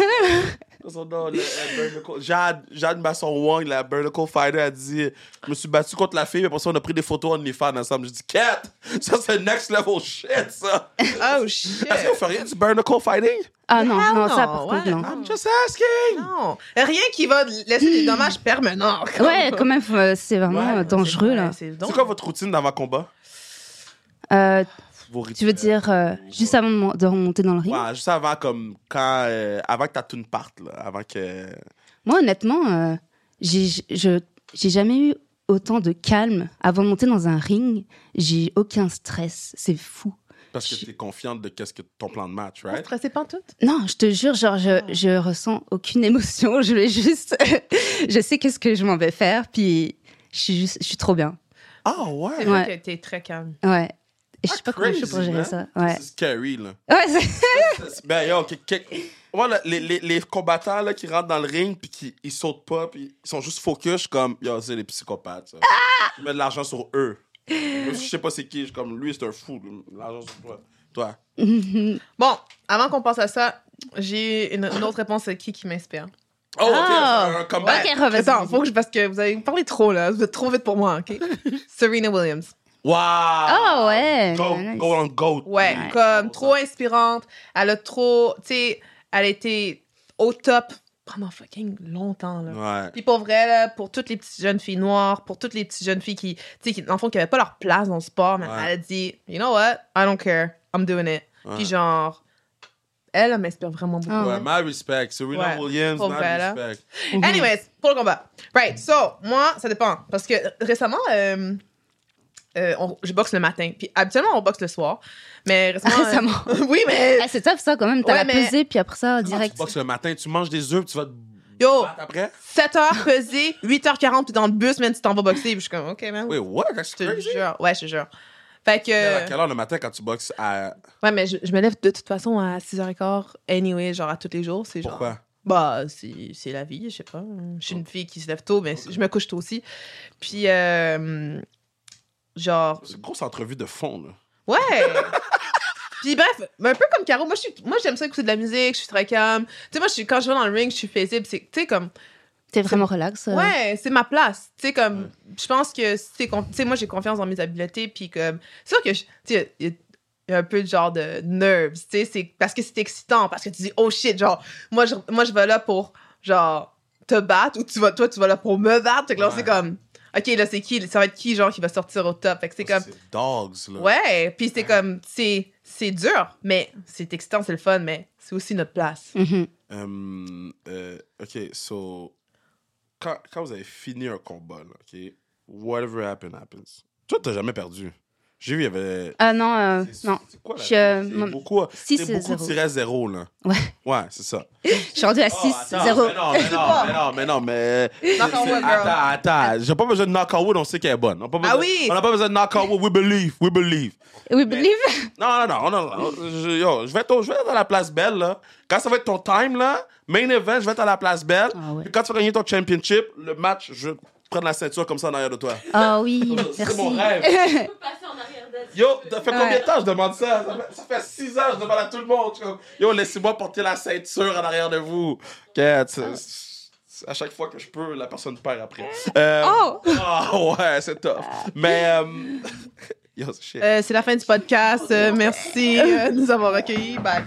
Son nom, le- le Burnacle- Jade, Jade Masson Wong, la Burnacle Fighter, a dit Je me suis battu contre la fille, mais pour ça, on a pris des photos en fans ensemble. J'ai dit Cat, ça c'est next level shit, ça.
Oh shit!
Est-ce qu'on fait rien du Burnacle Fighting
Ah non,
Hell
non, ça
no,
par contre,
ouais.
non.
I'm just asking.
Non! Rien qui va laisser des dommages permanents.
Ouais, quand même, euh, c'est vraiment
Ouais,
euh, dangereux, là.
C'est
C'est
donc-
quoi votre routine d'avant combat
Euh,
Vos
tu veux
rituels?
dire euh, juste avant de mon- de remonter dans le ring
Ouais, juste avant, comme, quand, euh, avant que ta tune parte, là, avant que...
Moi, honnêtement, euh, j'ai je- j'ai jamais eu autant de calme avant de monter dans un ring. J'ai aucun stress. C'est fou.
Parce que
Je-
t'es confiante de qu'est-ce que ton plan de match,
Pas
right?
stressé pantoute?
Non, je te jure, genre, je,
Ah.
je ressens aucune émotion. Je vais juste. je sais qu'est-ce que je m'en vais faire. Puis, je suis, juste, je suis trop bien.
Ah
C'est
ouais!
vrai
Ouais.
que t'es très calme.
Ouais. Et je
Ah,
sais pas comment je fais pour
crazy,
gérer
man.
ça. Ouais.
C'est scary, là.
Ouais, c'est-
Ben, yo, que- que- Moi, là, les, les, les combattants là, qui rentrent dans le ring puis qui ils sautent pas, puis ils sont juste focus, je suis comme, yo, c'est des psychopathes. ça. Je mets de l'argent sur eux. Même si Je sais pas c'est qui, je suis comme, lui, c'est un fou. L'argent sur toi. Toi.
Bon, avant qu'on passe à ça, j'ai une, une autre réponse qui qui m'inspire.
Oh, ok,
Ah.
un comeback.
ok, revenons.
Attends, faut que je, parce que vous avez parlé trop là, vous êtes trop vite pour moi, ok? Serena Williams.
Wow!
Oh, ouais.
Ah, Go,
Nice.
go on, go.
Ouais,
Ouais.
comme trop inspirante. Elle a trop, tu sais, elle a été au top pendant fucking longtemps là.
Ouais.
Puis pour vrai, là, pour toutes les petites jeunes filles noires, pour toutes les petites jeunes filles qui, tu sais, qui, dans le fond, qui n'avaient pas leur place dans le sport, mais
Ouais.
elle a dit, you know what, I don't care, I'm doing it.
Ouais.
Puis genre, elle, elle m'inspire vraiment beaucoup.
Ah.
Ouais, my respect. Serena
Ouais. hein.
Williams,
Pour
my
vrai, là.
respect.
Mhm.
Anyways, pour le combat. Right, so, moi, ça dépend. Parce que récemment, euh, euh, on- je boxe le matin. Puis habituellement, on boxe le soir. Mais récemment.
Récemment.
euh, oui, mais.
Ah, c'est top ça quand même. T'as
Ouais,
la
mais-
pesée, puis après ça,
Direct.
direct.
Ah, Tu boxes le matin, tu manges des œufs, puis tu vas te
Yo,
battre après?
7h pesé, 8h40, puis dans le bus, même, tu t'en vas boxer. Puis je suis comme, OK, man.
Wait, what? That's
je te
crazy.
jure. Ouais, je te jure. Fait que.
À quelle heure le matin quand tu boxes à.
Ouais, mais je, je me lève de toute façon à 6h15, anyway, genre à tous les jours. C'est genre.
Pourquoi?
Bah, c'est c'est la vie, je sais pas. Je suis une fille qui se lève tôt, mais je me couche tôt aussi. Puis, euh, genre,
C'est une grosse entrevue de fond, là.
Ouais! Puis bref, mais un peu comme Caro, moi, je suis- moi j'aime ça écouter de la musique, je suis très calme. Tu sais, moi, je suis, quand je vais dans le ring, je suis paisible. C'est, tu sais, comme,
T'es vraiment relax. euh.
ouais, c'est ma place. Tu sais, comme, je pense que c'est. con- Tu sais, moi, j'ai confiance en mes habiletés, puis comme, c'est sûr que, je- tu sais, il y a- il y a un peu de genre de nerves, tu sais, c'est parce que c'est excitant, parce que tu dis, oh shit, genre, moi, je, moi, je vais là pour, genre, te battre, ou tu vas, toi, tu vas là pour me battre. Fait que là,
Ouais.
c'est comme, ok, là, c'est qui, ça va être qui, genre, qui va sortir au top. Fait que c'est comme,
Dogs, là.
Ouais, puis c'est
Ah, Ouais.
comme, c'est, c'est dur, mais c'est excitant, c'est le fun, mais c'est aussi notre place.
Mhm.
Euh, euh, OK, so... Quand, quand vous avez fini un combat, là, OK, whatever happened, happens. Toi, t'as jamais perdu. J'ai vu, il y avait...
Ah non, euh,
c'est-
non.
C'est quoi, là?
Je-
euh,
C'est
mon-
beaucoup,
six,
c'est
c'est
beaucoup
zéro.
tiré à zéro, là.
Ouais.
Ouais, c'est ça.
Je suis rendue à 6,
Oh, attends,
0.
Mais non, mais non, mais non, mais non, mais...
Knock on
c'est-
wood, girl. Ah
Attends, attends. J'ai pas besoin de knock on wood, on sait qu'elle est bonne. On a pas besoin-
oui!
On n'a pas besoin de knock on wood, we believe, we believe.
We believe.
Non, non, non, non, non. Je, yo, je vais être, au- je vais être à la place belle, là. Quand ça va être ton time, là, main event, je vais être à la place belle.
Ah ouais.
Puis quand tu vas gagner ton championship, le match, je prendre la ceinture comme ça en arrière de toi.
Ah oui,
C'est
merci.
mon rêve.
Tu peux passer en arrière d'elle.
Yo, ça fait combien
Ouais.
de temps je demande ça? Ça fait, ça fait six ans que je demande à tout le monde. Je suis comme, Yo, laissez-moi porter la ceinture en arrière de vous. Cat, c'est- c'est- à chaque fois que je peux, la personne perd après. Euh,
Oh!
Ah ouais, c'est tough. Mais. euh, Yo, c'est shit.
Euh, c'est la fin du podcast. Euh, merci euh, de nous avoir accueillis. Bye.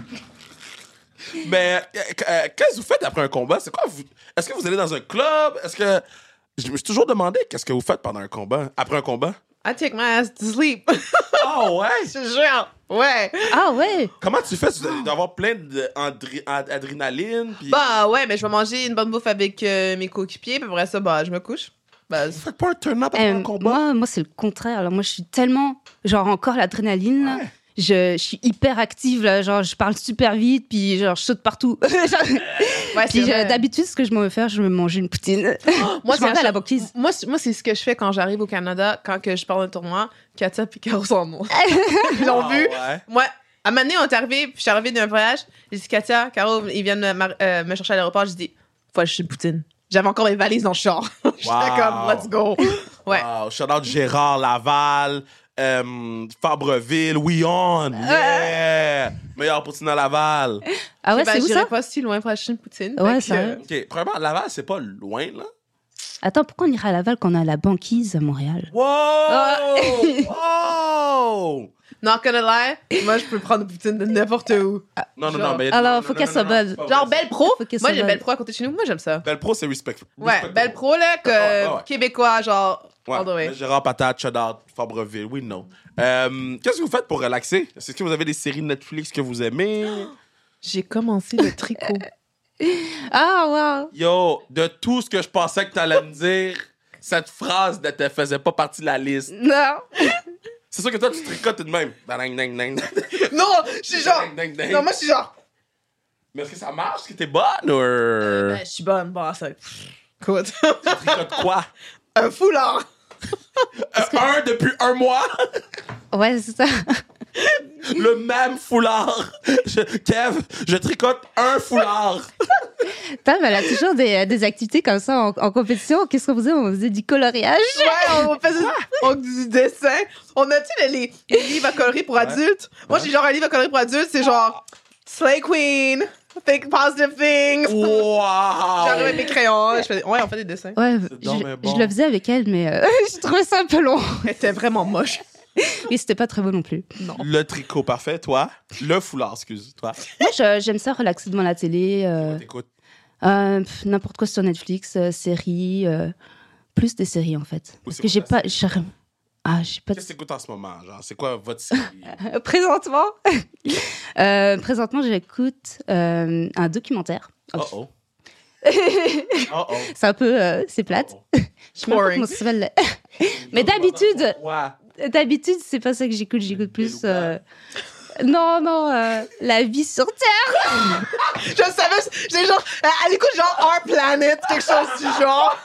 Mais euh, euh, qu'est-ce que vous faites après un combat? C'est quoi? vous- Est-ce que vous allez dans un club? Est-ce que. Je me suis toujours demandé qu'est-ce que vous faites pendant un combat, après un combat.
I take my ass to sleep.
Ah ouais?
Je te jure. Ouais.
Ah ouais!
Comment tu fais? Tu dois avoir plein d'adrénaline. Puis...
Bah ouais, mais je vais manger une bonne bouffe avec euh, mes coéquipiers. Puis après ça, bah, je me couche. Bah,
Vous faites pas un turn-up après
Euh,
un combat?
moi, moi c'est le contraire. Alors, moi, je suis tellement, genre, encore l'adrénaline. là.
Ouais.
Je, je suis hyper active, là. Genre, je parle super vite, puis genre, je saute partout.
ouais,
puis
c'est
euh,
vrai.
d'habitude, ce que je m'en vais faire, je vais me manger une poutine.
Moi,
je
c'est
m'en vais à
la
la banquise.
Moi, c'est- moi, c'est ce que je fais quand j'arrive au Canada, quand que je parle d'un tournoi. Katia puis Caro sont mon. Ils l'ont
Ah
vu.
ouais.
Moi, à un moment donné, on est arrivé, puis je suis arrivée d'un voyage. J'ai dit, Katia, Caro, ils viennent me, mar- euh, me chercher à l'aéroport. J'ai dit, faut que je suis Poutine. J'avais encore mes valises dans le char. J'étais
Wow.
comme, let's go. Ouais.
Wow, Ah, shout out Gérard Laval, euh, Fabreville,
Euh.
Wion. Yeah! Meilleur poutine à Laval.
Ah ouais,
Bah,
c'est où
j'irai
ça?
pas si loin pour acheter une Poutine. Fait que,
Ouais, ça va.
OK, premièrement, Laval, c'est pas loin, là.
Attends, pourquoi on ira à Laval quand on a la banquise à Montréal?
Ah.
Wow! wow!
Not gonna lie, moi je peux prendre une poutine de n'importe où.
Non, non,
Genre-
non, mais.
Alors,
non,
faut
non,
qu'elle
non,
soit
non,
bonne.
c'est pas vrai,
Genre
ça.
Belle Pro.
Faut
Moi
qu'elle soit
j'ai
bonne.
Belle Pro à côté de chez nous. Moi j'aime ça.
Belle Pro, c'est respect.
Ouais,
respectable.
Belle Pro là, que
Ouais, ouais, ouais.
québécois, genre,
Ouais.
all the way.
mais Gérard Patate, shout out Fabreville, oui, non. Euh, Qu'est-ce que vous faites pour relaxer? Est-ce que vous avez des séries Netflix que vous aimez?
J'ai commencé le tricot.
Ah, wow!
Yo, de tout ce que je pensais que t'allais me dire, cette phrase ne te faisait pas partie de la liste.
Non!
C'est sûr que toi, tu tricotes tout de même. Dang, dang, dang, dang.
non, je suis genre.
Dang, dang, dang.
Non, moi je suis genre.
Mais est-ce que ça marche? Est-ce que t'es bonne ou.
Ouais, je suis bonne, bon, ça. pff, Écoute,
Tu tricotes quoi?
un foulard.
Euh, Un depuis un mois?
Ouais, c'est ça.
Le même foulard. Je- Kev, je tricote un foulard.
Putain, mais elle a toujours des, euh, des activités comme ça en, en compétition. Qu'est-ce qu'on faisait? On faisait du coloriage.
Ouais, on faisait on- du dessin. On a-tu les, les- les livres à coloris pour adultes? Moi j'ai genre un livre à coloris pour adultes, c'est genre Slay Queen, Think Positive Things. J'arrive avec
Wow!
mes crayons, je fais- ouais, on fait des dessins.
Ouais,
donc
je,
bien bon.
je le faisais avec elle, mais euh, je trouvais ça un peu long.
Elle était vraiment moche.
Et c'était pas très beau non plus.
Le tricot parfait, toi. Le foulard, excuse. Toi,
Moi, je- j'aime ça relaxer devant la télé, euh,
t'écoutes.
euh, pff, n'importe quoi sur Netflix, euh, séries, euh, plus des séries en fait. Parce
c'est
que j'ai
quoi
pas, j'ai rien- ah, j'ai pas. Ah, de-
Qu'est-ce que t'écoutes en ce moment? Genre, c'est quoi votre série?
Présentement, euh, présentement, j'écoute euh, un documentaire.
Oh oh. Oh oh.
C'est un peu, euh, c'est plate.
Oh, oh.
Je sais même pas
Boring.
comment ça s'appelle. Mais d'habitude,
Ouais.
d'habitude, c'est pas ça que j'écoute. J'écoute plus. euh, Non, non, euh, la vie sur Terre.
Je savais, j'ai genre, à l'écoute, genre Our Planet, quelque chose du genre.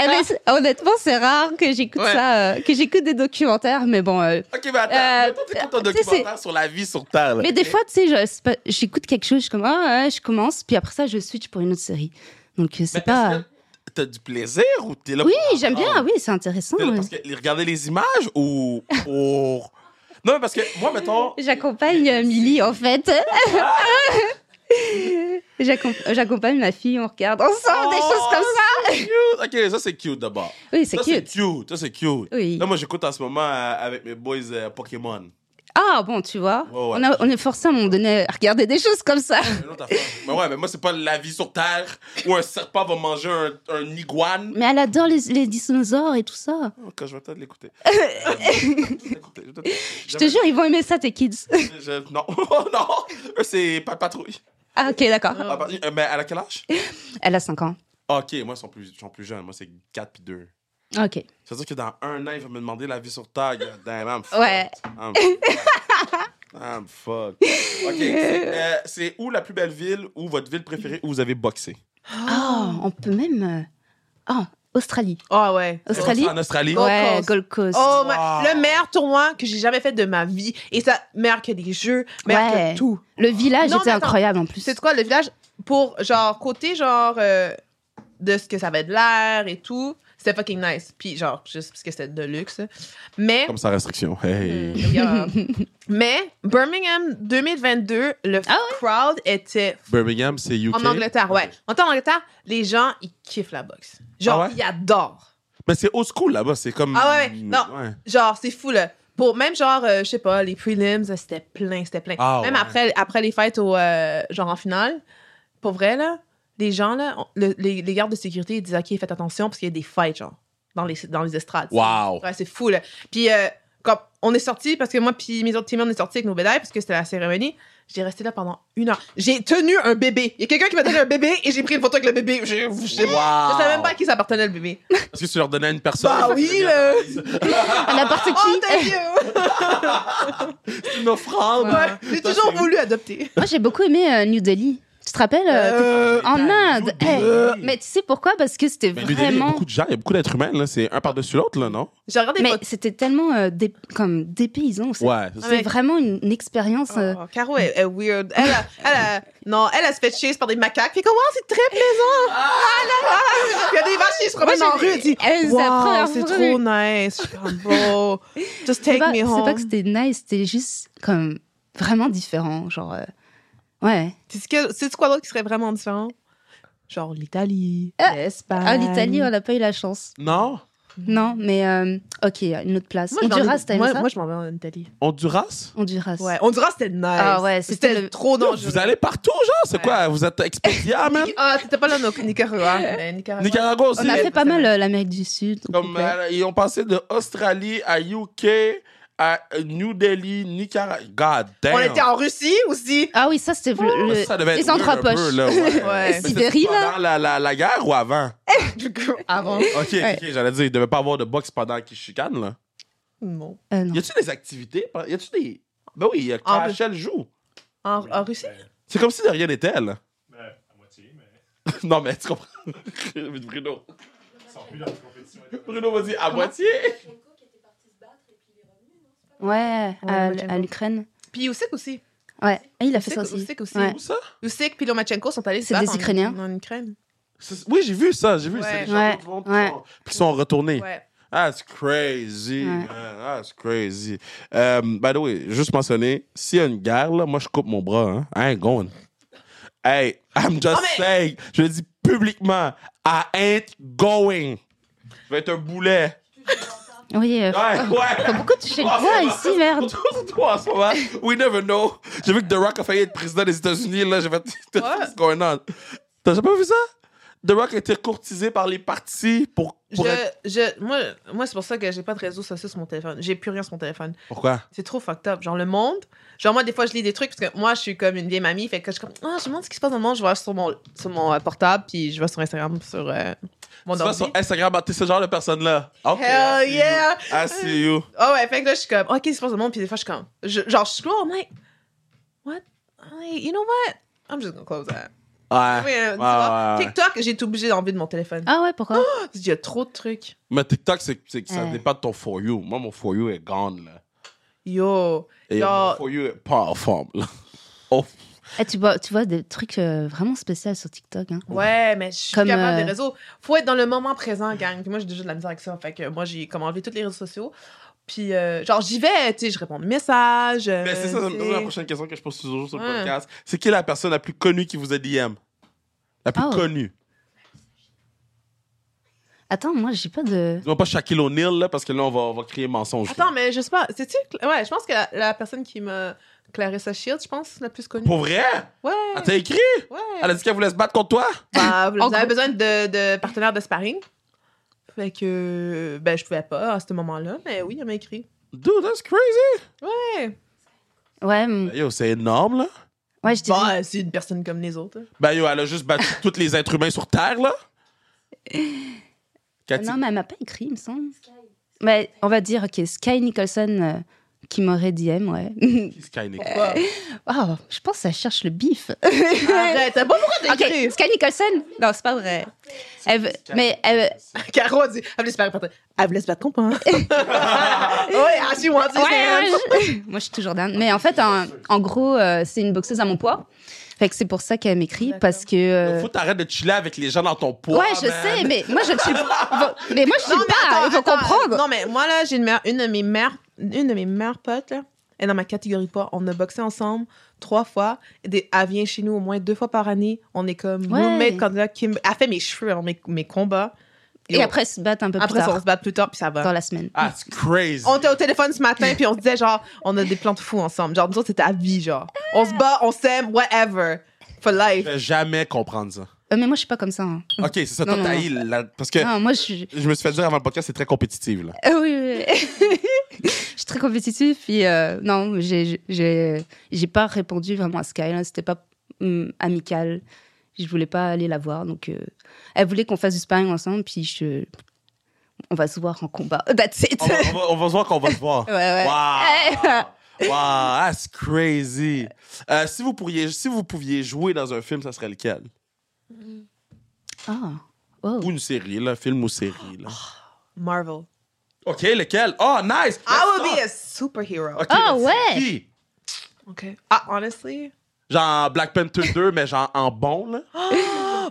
Eh ben, c'est- honnêtement, c'est rare que j'écoute
Ouais.
ça, euh, que j'écoute des documentaires, mais bon. euh,
Ok, mais
Euh,
attends, mais toi, t'écoutes un
tu sais,
documentaire sur la vie sur Terre. là.
Mais des
Ok.
fois, tu sais, je- c'est pas- j'écoute quelque chose, je suis comme ah, ouais, je commence, puis après ça, je switch pour une autre série. Donc euh,
Mais
c'est pas.
est-ce que T'as du plaisir ou t'es là
Oui,
pour
j'aime bien.
apprendre?
Oui, c'est intéressant.
T'es là
ouais.
Parce que regarder les images ou pour. Non, mais parce que moi, mettons.
J'accompagne euh, Milly en fait.
Ah.
J'accom- J'accompagne ma fille, on regarde ensemble des
Oh,
choses comme ça.
c'est cute. Ok, ça c'est cute d'abord.
Oui, c'est
Ça,
cute.
cute. Ça c'est cute.
Oui.
Là, moi j'écoute en ce moment euh, avec mes boys euh, Pokémon.
Ah bon, tu vois,
Ouais, ouais.
On, a- on est forcé à un moment donné à regarder des choses comme ça.
Une autre affaire. mais ouais, mais moi c'est pas la vie sur Terre où un serpent va manger un, un iguane. Oh,
Mais elle adore les, les dinosaures et tout ça.
Ok, je vais peut-être l'écouter. Euh, je vais peut-être l'écouter, je vais peut-être-
Je te jure, ils vont aimer ça, tes kids.
Je- je- non, non, Eux, c'est pas patrouille.
ah ok, d'accord.
Ah, pas- euh, mais elle a quel âge?
Elle a 5 ans.
Ok, moi, ils sont plus, ils sont plus jeunes. Moi, c'est 4 puis 2.
Ok.
C'est-à-dire que dans un an, ils vont me demander la vie sur Terre. God Damn, I'm fucked.
Ouais.
I'm fucked. I'm fucked. Ok, c'est euh, c'est où la plus belle ville ou votre ville préférée où vous avez boxé?
Ah, on peut même. euh, Ah, Australie.
Ah ouais.
Australie.
En Australie?
Gold
ouais,
Coast.
Gold Coast.
Oh
Wow.
my- le meilleur tournoi que j'ai jamais fait de ma vie. Et ça, meilleur que les jeux, meilleur
Ouais.
que tout.
Le village
Non,
était
mais attends.
incroyable en plus.
C'est quoi le village pour genre côté genre euh, de ce que ça avait de l'air et tout. C'était fucking nice. Puis genre, juste parce que c'était de luxe. Mais,
Comme sa restriction.
Hmm.
Hey.
regarde. mais Birmingham 2022, le crowd était
Birmingham, c'est UK.
en Angleterre, ouais. En temps en Angleterre, les gens, ils kiffent la boxe. Genre,
Ah ouais?
ils adorent.
Mais c'est old school là-bas, c'est comme.
Ah ouais, ouais, non.
Ouais.
Genre, c'est fou, là. Pour, même genre, euh, je sais pas, les prelims, euh, c'était plein, c'était plein.
Ah
même
ouais.
après, après les fêtes, au, euh, genre en finale, pour vrai, là, les gens, là, on- le- les, les gardes de sécurité, ils disent, OK, faites attention parce qu'il y a des fights, genre, dans les, dans les estrades.
Wow.
Ouais, c'est fou, là. Puis, euh, quand on est sortis, parce que moi puis mes autres teammates, on est sortis avec nos médailles, parce que c'était la cérémonie, j'ai resté là pendant une heure. J'ai tenu un bébé. Il y a quelqu'un qui m'a donné un bébé et j'ai pris une photo avec le bébé. Je, je sais pas. Je savais même pas à qui ça appartenait, le bébé.
Parce que tu leur donnais à une personne.
là.
À Ah, n'importe qui.
Oh, thank you!
C'est une offrande.
Ouais, j'ai
Ça,
toujours
c'est-
voulu adopter.
Moi, j'ai beaucoup aimé euh, New Delhi. Tu te rappelles euh,
Euh,
En Inde.
New
Hey,
Delhi.
Mais tu sais pourquoi Parce que c'était
Mais New Delhi, il y a
vraiment.
beaucoup de gens, il y a beaucoup d'êtres humains, là. C'est un par-dessus l'autre, là, non?
J'ai regardé les
Mais
photos.
c'était tellement euh, des... comme des paysans. C'est
Ouais.
c'est
Ouais.
vraiment une, une expérience. euh,
Oh, Caro est, est weird. Elle, a- elle, a- non, elle, elle se fait chase par des macaques. Fait comment c'est très plaisant. Ah là là. Il y a des vaches qui se promènent
Moi,
en
j'ai-
rue. Elle dit,
Elle, c'est la
wow,
première
c'est
fois.
trop nice. Je suis comme, bro, just
C'est
take
pas,
me
c'est pas que
home.
c'était nice, c'était juste comme vraiment différent. Genre. euh, Ouais.
C'est que- c'est quoi d'autre qui serait vraiment différent? Genre l'Italie,
Ah,
l'Espagne.
Ah, l'Italie, on n'a pas eu la chance.
Ah
Non?
Non, mais euh, ok, une autre place.
Moi, je m'en-
Honduras, t'as aimé
moi,
ça
moi, je m'en vais en Italie.
Honduras?
Honduras.
Ouais, Honduras, c'était nice.
Ah ouais, c'était
c'était
le-
trop dangereux.
Vous allez partout, genre? C'est
Ouais.
quoi? Vous êtes expédia, même?
Ah, c'était pas là, au Nicaragua. mais Nicaragua.
Nicaragua aussi?
On a
C'est-
fait pas
c'est
mal
vrai.
euh, l'Amérique du Sud. au
Comme,
complet.
euh, ils ont passé de Australie à UK à euh, New Delhi, Nicaragua. God damn.
On était en Russie aussi.
Ah oui, ça c'était le- le-
Oh, Ça devait être
les
weird un
entrepoches.
peu, là, ouais.
Ouais.
Mais c'était
Sibérie, là.
Pendant la, la, la guerre ou avant?
Du coup, avant.
OK, ok, j'allais dire, il devait pas avoir de boxe pendant qu'ils chicanent, là.
Non.
Euh, non.
Y a-tu des activités? par- Y a-tu des. Ben oui, euh,
Ah,
Clash, elle joue.
En, en Russie?
C'est comme si de rien n'était, là.
Ben, à moitié, mais
non, mais tu comprends. Bruno.
ils sont plus dans la compétition.
Bruno m'a dit à moitié.
Ouais,
Ouais,
à,
Lomachenko.
à l'Ukraine.
Puis Usyk aussi.
Ouais, Ah, il a fait
Usyk-
ça aussi.
Usyk aussi.
Ouais.
Où ça?
Usyk puis Lomachenko sont allés se
C'est des
battre en-
Ukrainiens.
En, Ukraine.
C'est- Oui, j'ai vu ça, j'ai vu.
Ouais.
C'est des
Ouais,
gens qui vont- qui
ouais.
sont- puis qui sont retournés.
Ouais.
That's crazy,
Ouais.
man. That's crazy. Euh, by the way, juste mentionner, s'il y a une guerre, là, moi, je coupe mon bras. Hein. I ain't going. Hey, I'm just
Oh, mais-
saying. Je le dis publiquement. I ain't going. Je vais être un boulet.
Oui, euh,
Ouais, Ah, ouais.
beaucoup touché le bois ici, merde.
Surtout toi, en ce moment. We never know. J'ai vu que The Rock a failli être président des États-Unis. Là, j'ai fait. What's going on? T'as jamais vu ça? The Rock a été courtisé par les partis pour.
Je,
pour être-
je, moi, moi c'est pour ça que j'ai pas de réseaux sociaux sur mon téléphone. J'ai plus rien sur mon téléphone.
Pourquoi?
C'est trop fucked up. Genre, le monde. Genre, moi, des fois, je lis des trucs parce que moi, je suis comme une vieille mamie. Fait que je suis comme, ah, je me demande ce qui se passe dans le monde. Je vais sur mon, sur mon euh, portable, puis je vais sur Instagram, sur euh, mon
Tu vas
ordi.
sur euh, Instagram, bah, t'es ce genre de personne-là. OK. I
Hell
see
yeah!
you. I see you.
Ah ouais, fait que là, je suis comme, ok, c'est pas le monde, puis des fois, je suis comme, je- genre, je suis là, I'm like, what? Hey, you know what? I'm just gonna close that.
Ouais.
Oui, euh, tu
Ouais,
vois,
ouais, ouais.
TikTok, j'ai été obligée d'enlever de mon téléphone.
Ah ouais, pourquoi
Parce qu'il y a trop de trucs.
Mais TikTok, c'est c'est que ça
Ouais.
dépend de ton for you. Moi, mon for you est gone, là.
Yo. Euh,
Et
Genre-
mon for you est pas en forme, là. Oh.
Eh, tu, vois, tu vois des trucs euh, vraiment spéciaux sur TikTok. hein.
Ouais, mais je suis
Comme,
capable
euh,
des réseaux. Faut être dans le moment présent, gang. Puis moi, j'ai déjà de la misère avec ça. Fait que moi, j'ai comme enlevé tous les réseaux sociaux. Puis, euh, genre, j'y vais, tu sais, je réponds aux messages. euh,
Mais Ben, c'est ça, ça me
tu
pose la
sais.
prochaine question que je pose toujours sur le
Ouais.
podcast. C'est qui la personne la plus connue qui vous a DM? La plus
Ah ouais.
connue.
Attends, moi j'ai pas de.
Dis-moi pas Shaquille O'Neal, là, parce que là, on va, on va créer mensonge.
Attends, mais je sais pas. C'est-tu. Ouais, je pense que la, la personne qui m'a. Clarissa Shields, je pense, la plus connue.
Pour vrai?
Ouais.
Elle t'a écrit?
Ouais.
Elle a dit qu'elle voulait se battre contre toi?
Bah, vous
En
avez
gros.
besoin de, de partenaires de sparring. Fait que, ben, je pouvais pas à ce moment-là, mais oui, elle m'a écrit.
Dude, that's crazy.
Ouais, m-
Yo, c'est énorme, là.
ouais, je dis.
Bah, c'est une personne comme les autres. hein.
Ben yo, elle a juste battu tous les êtres humains sur Terre, là. Cathy-
Non, mais elle m'a pas écrit, il me semble. Mais on va dire, ok, Sky Nicholson euh, qui m'aurait DM, ouais.
Qui se caille,
Euh,
Nico?
Wow.
Oh, je pense que ça cherche le bif.
Arrête, t'as pas pourquoi
Euh. Ok,
t'écrire.
Sky Nicholson Non, c'est pas vrai. Elle veut- mais euh, elle,
Caro a dit, elle voulait se faire porter. Elle voulait se battre contre moi. ouais, ah, she wants it,
hein. Ouais,
man.
ouais, je- moi je suis toujours dingue. Mais en fait, en, en gros, euh, c'est une boxeuse à mon poids. Fait que c'est pour ça qu'elle m'écrit,
D'accord.
parce que. euh,
Faut t'arrêter de chiller avec les gens dans ton poids.
ouais, je
man.
sais, mais moi je ne suis pas. Mais moi je suis
Non, mais
pas.
attends,
il faut
attends.
comprendre.
Non, mais moi, là, j'ai une, meilleure- une de mes mères, une de mes meilleures potes, là, elle est dans ma catégorie de poids. On a boxé ensemble trois fois. Des- Elle vient chez nous au moins deux fois par année. On est comme
Ouais.
roommate quand là, Kim. Elle fait mes cheveux avant mes, mes combats.
Et après se battre un peu
après,
plus
on
tard
se bat plus tard, puis ça va.
dans la semaine.
Ah, c'est crazy.
On était au téléphone ce matin, puis on se disait, genre, on a des plans de fous ensemble. Genre, nous autres, c'était à vie, genre. On se bat, on s'aime, whatever. For
Je
life.
vais jamais comprendre ça.
Euh, mais moi je suis pas comme ça. hein.
Ok, c'est ça,
Non,
toi,
non,
t'as là. Parce que
Non, moi je suis.
je me suis fait dire avant le podcast, c'est très compétitif, là.
Ah oui, oui, oui. je suis très compétitive. Puis euh, non, j'ai- j'ai j'ai pas répondu vraiment à Sky. là. C'était pas hum, amical. Je voulais pas aller la voir. Donc, euh, elle voulait qu'on fasse du sparring ensemble. Puis je. On va se voir en combat. That's it.
On va, on va- on va se voir qu'on va se voir.
Ouais, ouais.
Wow. Wow, that's crazy. Euh, si, vous pourriez, si vous pouviez jouer dans un film, ça serait lequel?
Ah. Wow.
Ou une série, là, film ou série. Là.
Marvel.
OK, lequel? Oh, nice!
I will be a superhero.
Ok,
Ah,
c'est
ouais.
qui?
OK. Ah, honestly.
Genre Black Panther 2, mais genre en bon, là.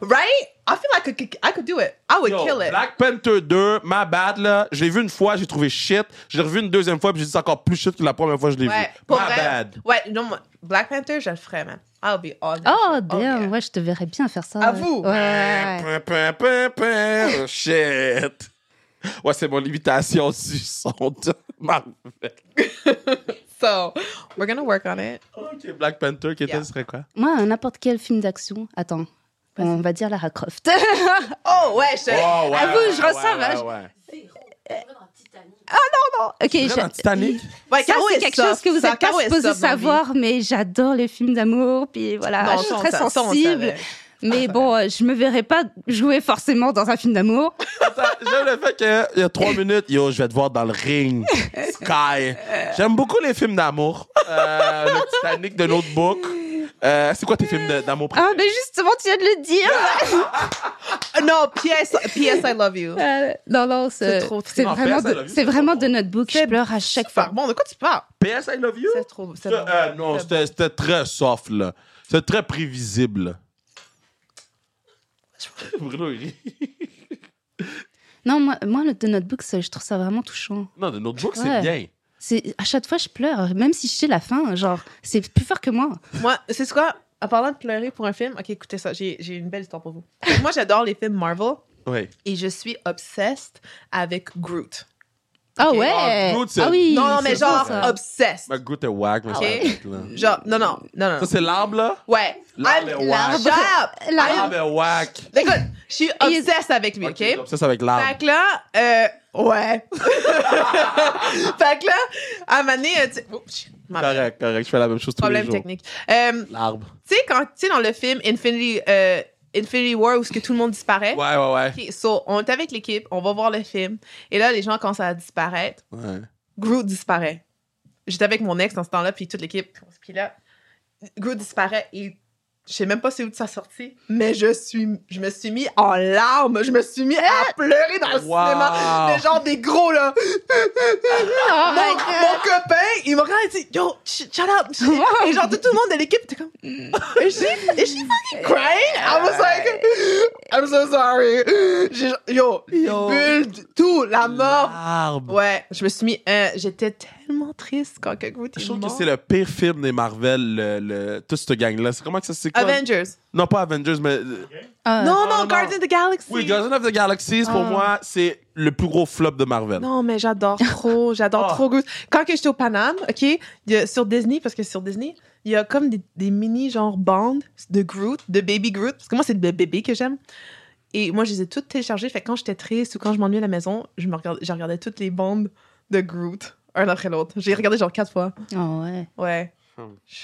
Right? I feel like I could, I could do it. I would
Yo,
kill it.
Black Panther 2, ma bad, là. Je l'ai vu une fois, j'ai trouvé shit. Je l'ai revu une deuxième fois, puis j'ai dit c'est encore plus shit que la première fois que je l'ai
Ouais,
vu.
pour
my
vrai.
bad.
Ouais, non, moi, Black Panther, je le ferais, man. I'll be all that
Oh,
shit.
damn.
yeah.
Ouais, je te verrais bien faire ça.
À
ouais.
vous.
Ouais, ouais, ouais.
Pin, pin, pin, pin. Oh, shit. Ouais, c'est mon limitation du son de Marvel.
So, we're gonna work on it.
Ok, Black Panther, qui était,
Yeah.
ce serait quoi?
Moi, n'importe quel film d'action. Attends. On va dire Lara Croft.
Oh, ouais, je te...
Oh, ouais,
À vous, je
ouais,
ressens,
ouais,
hein,
ouais, ouais.
ok,
Vraiment
j'ai-
Titanic?
Ouais,
Ça,
Caro
c'est
est
quelque
soft,
chose que vous
ça.
n'êtes pas
Caro est
supposé
soft dans la vie.
savoir, mais j'adore les films d'amour, puis voilà,
Non,
je suis
ça, on
très
savait, ça, on
sensible.
savait.
Mais bon, euh, je me verrais pas jouer forcément dans un film d'amour.
Ça, J'aime le fait qu'il y a trois minutes, yo, je vais te voir dans le ring. Sky. J'aime beaucoup les films d'amour. Euh, le Titanic de Notebook. Euh, c'est quoi tes films de- d'amour
Ah,
préférés?
mais justement, tu viens de le dire.
Ah. Euh, Non, P.S. P.S. I love you.
Euh, non, non, c'est
C'est trop triste.
c'est
Non,
vraiment,
personne
de-
l'a vu,
c'est
c'est
vraiment
trop
de notebook. Je pleure à chaque
Enfin,
fois.
bon, de quoi tu parles?
PS I Love You?
C'est trop... C'est bon.
Euh, non,
C'est
c'était c'était très soft, là. C'était très prévisible. Bruno, il rit.
Non, moi, moi, le de notebook, ça, je trouve ça vraiment touchant.
Non, de Notebook, c'est
Ouais.
bien.
C'est à chaque fois, je pleure, même si je sais la fin. Genre, c'est plus fort que moi.
Moi, c'est quoi? En parlant de pleurer pour un film, ok, écoutez ça, j'ai j'ai une belle histoire pour vous. Moi, j'adore les films Marvel
Oui.
et je suis obsessed avec Groot.
Ah
Ok.
Ah,
ouais.
Groot, c'est-
ah oui.
Non, non, mais
c'est beau,
genre,
ça.
obsessed.
Ma goutte est wag, mais
Ah
ça
ouais.
arrête, là.
Genre, non, non, non, non.
Ça, c'est l'arbre, là?
Ouais.
L'arbre est
I'm-
whack.
Shut up! I'm-
L'arbre est whack.
Écoute, je suis obsessed avec lui,
Ok,
Ah, ok?
comme ça, c'est avec l'arbre.
Fait que là, euh, ouais. fait que là, à un moment donné, euh, tu- Oups, ma bad.
Correct, correct. Je fais la même chose tous les
problème
jours.
technique. Euh,
L'arbre.
tu sais, quand, tu sais, dans le film Infinity, euh, Infinity War, où ce que tout le monde disparaît.
Ouais, ouais, ouais.
Ok, so, on est avec l'équipe, on va voir le film. Et là, les gens commencent à disparaître.
Ouais.
Groot disparaît. J'étais avec mon ex dans ce temps-là, puis toute l'équipe. Puis là, Groot disparaît et je sais même pas c'est où de sa sortie, mais je suis, je me suis mis en larmes, je me suis mis à pleurer dans le
Wow.
cinéma,
Ah.
mais genre des gros là.
Oh
Mon,
my God.
mon copain, il me regarde et dit yo, sh- shut up. Et genre tout, tout le monde de l'équipe était comme, is she, is she fucking crying? I was like, I'm so sorry. J'ai- Yo,
Yo.
les bulles, tout, la mort.
L'arbre.
Ouais, je me suis mis. euh, J'étais tellement triste quand Groot est
Je trouve que
mort.
c'est le pire film des Marvel, le, le, tout ce gang-là. C'est comment que ça c'est quoi?
Avengers.
Non, pas Avengers, mais. euh,
Ah.
non, non,
non.
Guardians of the Galaxy.
Oui, Guardians of the Galaxies, pour
Ah.
moi, c'est le plus gros flop de Marvel.
Non, mais j'adore trop, j'adore
Ah.
trop Groot. Quand que j'étais au Paname, OK, il y a- sur Disney, parce que sur Disney, il y a comme des, des mini genre bandes de Groot, de Baby Groot, parce que moi, c'est le bébé que j'aime. Et moi, je les ai toutes téléchargées, fait que quand j'étais triste ou quand je m'ennuyais à la maison, je, me regardais, je regardais toutes les bandes de Groot, un après l'autre. J'ai regardé genre quatre fois.
Ah ouais.
Ouais.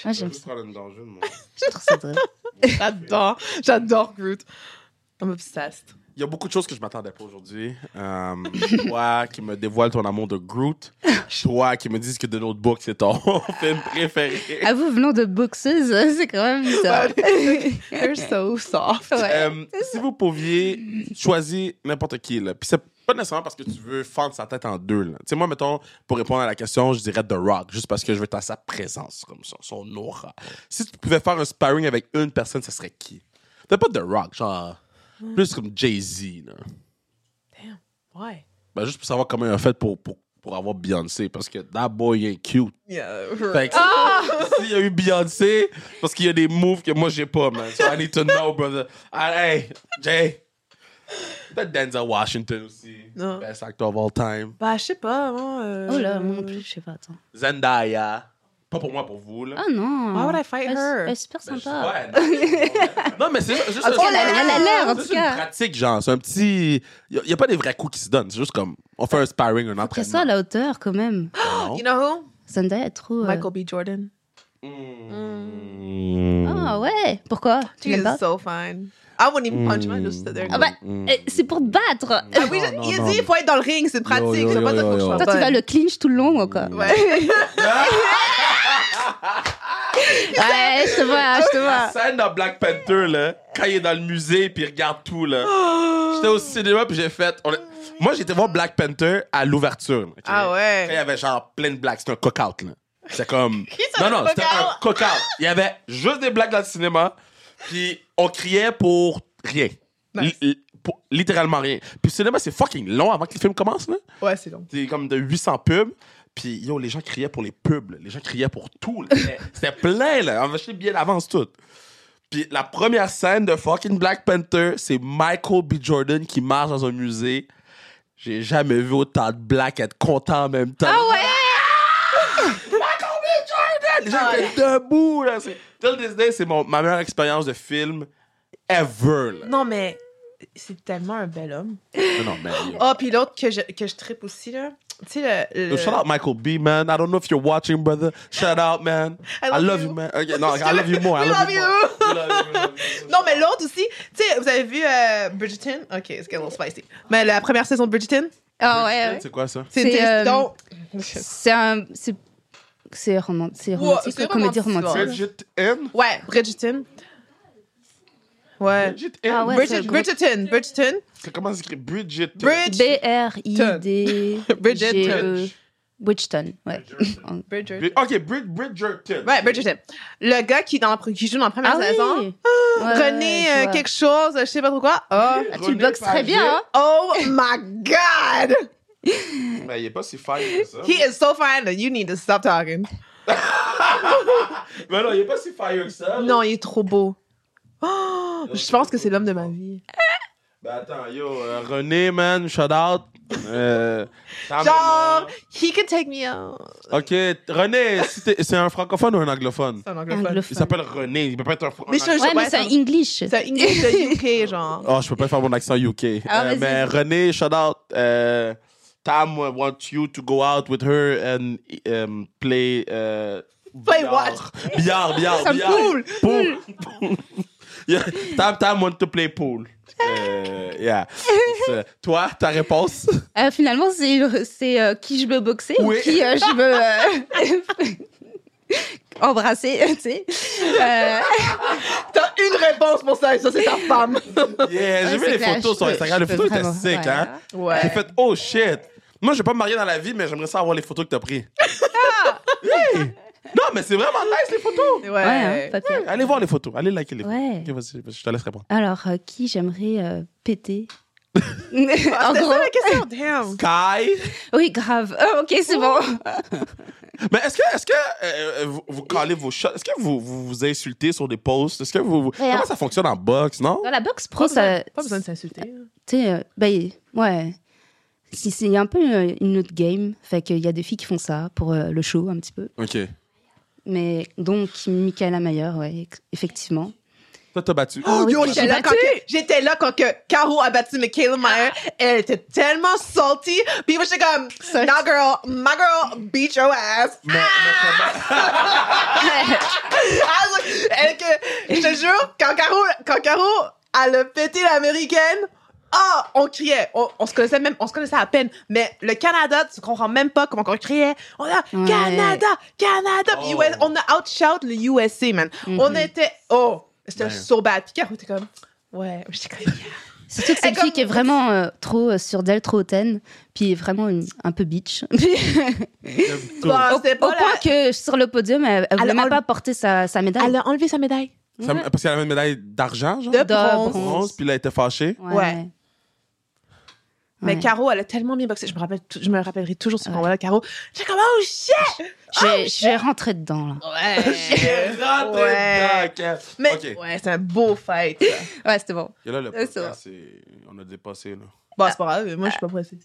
Ah, j'aime ça.
Il
Je trouve ça drôle.
J'adore, j'adore Groot. I'm obsessed.
y a beaucoup de choses que je m'attendais pas aujourd'hui. Euh, toi qui me dévoile ton amour de Groot. Toi qui me dis que The Notebook, c'est ton film préféré.
À Ah, vous, venant de boxeuse, c'est quand même bizarre.
They're so soft.
Ouais.
Euh, si vous pouviez choisir n'importe qui, là, puis c'est pas nécessairement parce que tu veux fendre sa tête en deux. là. Tu sais, moi, mettons, pour répondre à la question, je dirais The Rock, juste parce que je veux être à sa présence, comme son, son aura. Si tu pouvais faire un sparring avec une personne, ça serait qui? Peut-être pas The Rock, genre, plus comme Jay-Z, là.
Ouais.
Ben, juste pour savoir comment il a fait pour, pour, pour avoir Beyoncé, parce que that boy est cute.
Yeah,
Fait
right.
que
Ah!
s'il y a eu Beyoncé, parce qu'il y a des moves que moi j'ai pas, man. So I need to know, brother. Ah, hey, Jay. Peut-être Denzel Washington aussi.
Non.
Best actor of all time.
Bah, je sais pas, moi. euh,
Oh là, moi non plus, je sais pas, attends.
Zendaya. Pas pour moi, pour vous, là.
Ah non.
Why would I fight
Elle-
her?
Elle est super
Ben, je-
sympa.
ouais, non. non, mais c'est juste. juste-
elle a- elle a l'air, en
c'est juste
tout cas.
une pratique, genre. C'est un petit. Il n'y a, pas des vrais coups qui se donnent. C'est juste comme. On fait un sparring, un
Après ça, à
entraînement.
la hauteur, quand même.
Non.
You know who?
Zendaya est trop. euh,
Michael B. Jordan.
Mm.
Ah ouais, pourquoi Tu
She
l'aimes pas
is so fine. I wouldn't even punch him, I just stood there.
Ah bah,
Mm.
eh, c'est pour te battre.
Ah oui, je-
non,
il
non,
dit, il faut être dans le ring, c'est pratique.
yo,
C'est pas
yo,
ça
yo,
qu'on
yo.
soit
Toi, tu
bonne.
vas le clinch tout le long, moi,
Mm.
quoi. Ouais,
Ouais.
je te vois, Ah, je te
La
Ah.
vois.
scène dans Black Panther, là, quand il est dans le musée puis il regarde tout, là.
Oh.
J'étais au cinéma puis j'ai fait. on a- Moi, j'étais voir Black Panther à l'ouverture. là, ok?
Ah
Quand il y
ouais.
avait genre plein de blacks, c'était un cock-out, là. C'était comme.
sont
non,
des
non, c'était
cock-out.
un cock-out. Il y avait juste des blacks dans le cinéma, puis on criait pour rien.
Nice.
Li- li- pour- littéralement rien. Puis le cinéma, c'est fucking long avant que le film commence, là.
Ouais, c'est long.
C'était comme de 800 pubs. Puis, yo, les gens criaient pour les pubs. là. Les gens criaient pour tout. là. C'était- C'était plein, là. On acheté bien d'avance tout. Puis, la première scène de fucking Black Panther, c'est Michael B. Jordan qui marche dans un musée. J'ai jamais vu autant de blacks être contents en même temps. Ah!
Ah ouais
Michael B. Jordan! Les gens
Ah
étaient debout, là. C'est- Till this day, c'est mon- ma meilleure expérience de film ever, là.
Non, mais c'est tellement un bel homme.
Non, non, mais.
Ah, puis l'autre que je, que je trippe aussi, là. Tu sais, le. le-
Yo, shout out Michael B, man. I don't know if you're watching, brother. Shout out, man. I love, you. man. Okay, no, I love you more. I
We
love,
love
you more.
you.
We love you, we love you.
Non, mais l'autre aussi. Tu sais, vous avez vu euh, Bridgerton? OK, it's getting a little spicy. Mais la première saison de Bridgerton,
Ah ouais, ouais.
C'est quoi ça?
c'était...
C'est, euh,
donc...
C'est un. C'est c'est roman- c'est
Ouais,
romantique,
c'est
euh, comédie
romantique,
romantique.
Bridget N.
Ouais, Bridgerton. Ouais.
Bridget N.
Ah ouais.
Bridget-
c'est un
Bridgerton, Bridgerton.
C'est comment c'est écrit? Bridget.
Bridge...
B-R-I-D.
Bridget
G-E. Bridgeton, E. ouais. En-
Bridgerton.
Bri- Ok, Brid Bridgerton.
Ouais, Bridgerton. Le gars qui, dans la, pre- qui joue dans la
Ah
première saison, René euh, quelque chose, je sais pas pourquoi. Oh,
chose. Tu
René
le boxes très
Pagé.
bien, hein
oh my God!
Mais Ben, il est pas si fine que ça.
He is so fine that you need to stop talking.
Mais Ben non, il est pas si fire que ça.
Non, il est trop beau. Oh, je pense que c'est l'homme de ma vie.
Ben attends, yo, euh, René, man, shout out. Euh, ta
Genre,
maman.
he can take me out.
Ok, René, si t'es- c'est un francophone ou un anglophone?
C'est un anglophone.
Il
Anglophone.
s'appelle René, il peut pas être un francophone.
Mais je te
Ouais,
Ouais,
mais c'est un
ça-
English.
C'est un English de UK, genre.
Oh, je peux pas faire mon accent UK.
Ah,
Euh,
vas-y.
mais René, shout out. euh, Tam wants you to go out with her and um, play. euh,
Play
billard.
what?
Billard, billard,
Some
billard.
pool.
Pool. Yeah, Tam, Tam wants to play pool. Euh, yeah. C'est- Toi, ta réponse?
Euh, finalement, c'est c'est, euh, qui je veux boxer
Oui.
ou qui euh, je veux euh, embrasser, tu sais. Euh,
T'as une réponse pour ça, et ça, c'est ta femme.
Yeah,
ouais,
j'ai vu
c'est
les
clair,
photos
je
sur
peux-
Instagram. Les
je peux
photos étaient
vraiment-
sick,
ouais.
hein? J'ai
Ouais.
fait, oh shit. Moi, je vais pas me marier dans la vie, mais j'aimerais ça avoir les photos que t'as prises.
Ah!
Hey! Non, mais c'est vraiment nice, les photos.
Ouais.
Ouais, hein, pas pire.
Allez voir les photos. Allez liker les photos.
Ouais.
Ok, vas-y, vas-y, je te laisse répondre.
Alors, euh, qui j'aimerais euh, péter
Ah,
En
C'était
gros.
ça la question, damn.
Kai.
Oui, grave. Ah, ok, c'est bon.
Oh.
Mais est-ce que, est-ce que euh, vous, vous callez vos shots? Est-ce que vous, vous vous insultez sur des posts? Est-ce que vous, vous-
Rien.
Comment ça fonctionne en boxe, non?
Dans la boxe pro,
Pas besoin,
ça.
pas besoin de s'insulter. hein.
Tu sais, euh, ben, ouais. Si- c'est- Il y a un peu euh, une autre game. Fait qu'il y a des filles qui font ça pour euh, le show, un petit peu.
OK.
Mais donc, Michaela Mayer, ouais, ex- effectivement.
Toi, t'as battu.
Oh, oui,
j'étais
j'ai
là, quand
battu.
que- j'étais là quand que Caro a battu Michaela Meyer.
Ah.
Elle était tellement salty. Puis moi, j'étais comme,
Salty.
now girl, my girl beat your ass.
Mais- mais comment-
Ah, c'est- elle que, je te jure, quand Caro, quand Caro, elle a pété l'américaine, ah, on criait. On, on se connaissait même, on se connaissait à peine. Mais le Canada, tu comprends même pas comment on criait. On a
Ouais.
Canada, Canada. Puis
Oh.
US on a outshout le USA, man. On était, oh, c'était
Mhm. Ouais.
so bad. Puis Caro était comme, ouais. J'étais comme, yeah.
Surtout que c'est
Et
une
comme-
fille qui est vraiment euh, trop euh, sur d'elle, trop hautaine, puis vraiment une- un peu bitch.
Bon,
au
c'était
au
Ah, Bah, pas
point
la-
que sur le podium, elle, elle voulait
Elle
même
enle-
pas porter sa, sa médaille.
Elle a enlevé sa médaille.
Ça- Parce qu'elle avait une médaille d'argent, genre.
De
bronze.
bronze.
Bronze, puis là, elle était fâchée.
Ouais.
Ouais. Mais
Ouais.
Caro, elle a tellement bien boxé. Je me, rappelle, tou- je me rappellerai toujours ce
Ouais.
combat-là, Caro. J'ai comme, oh shit! Ah,
J'ai j'ai rentré dedans, là.
Ouais. ouais. Mais
Ok.
ouais, c'est un beau fight. ça.
Ouais, c'était bon.
Et là, le
Ouais, c'est
podcast, c'est- on a dépassé, là.
Bon, Bah, c'est pas grave, mais moi, je suis pas pressée.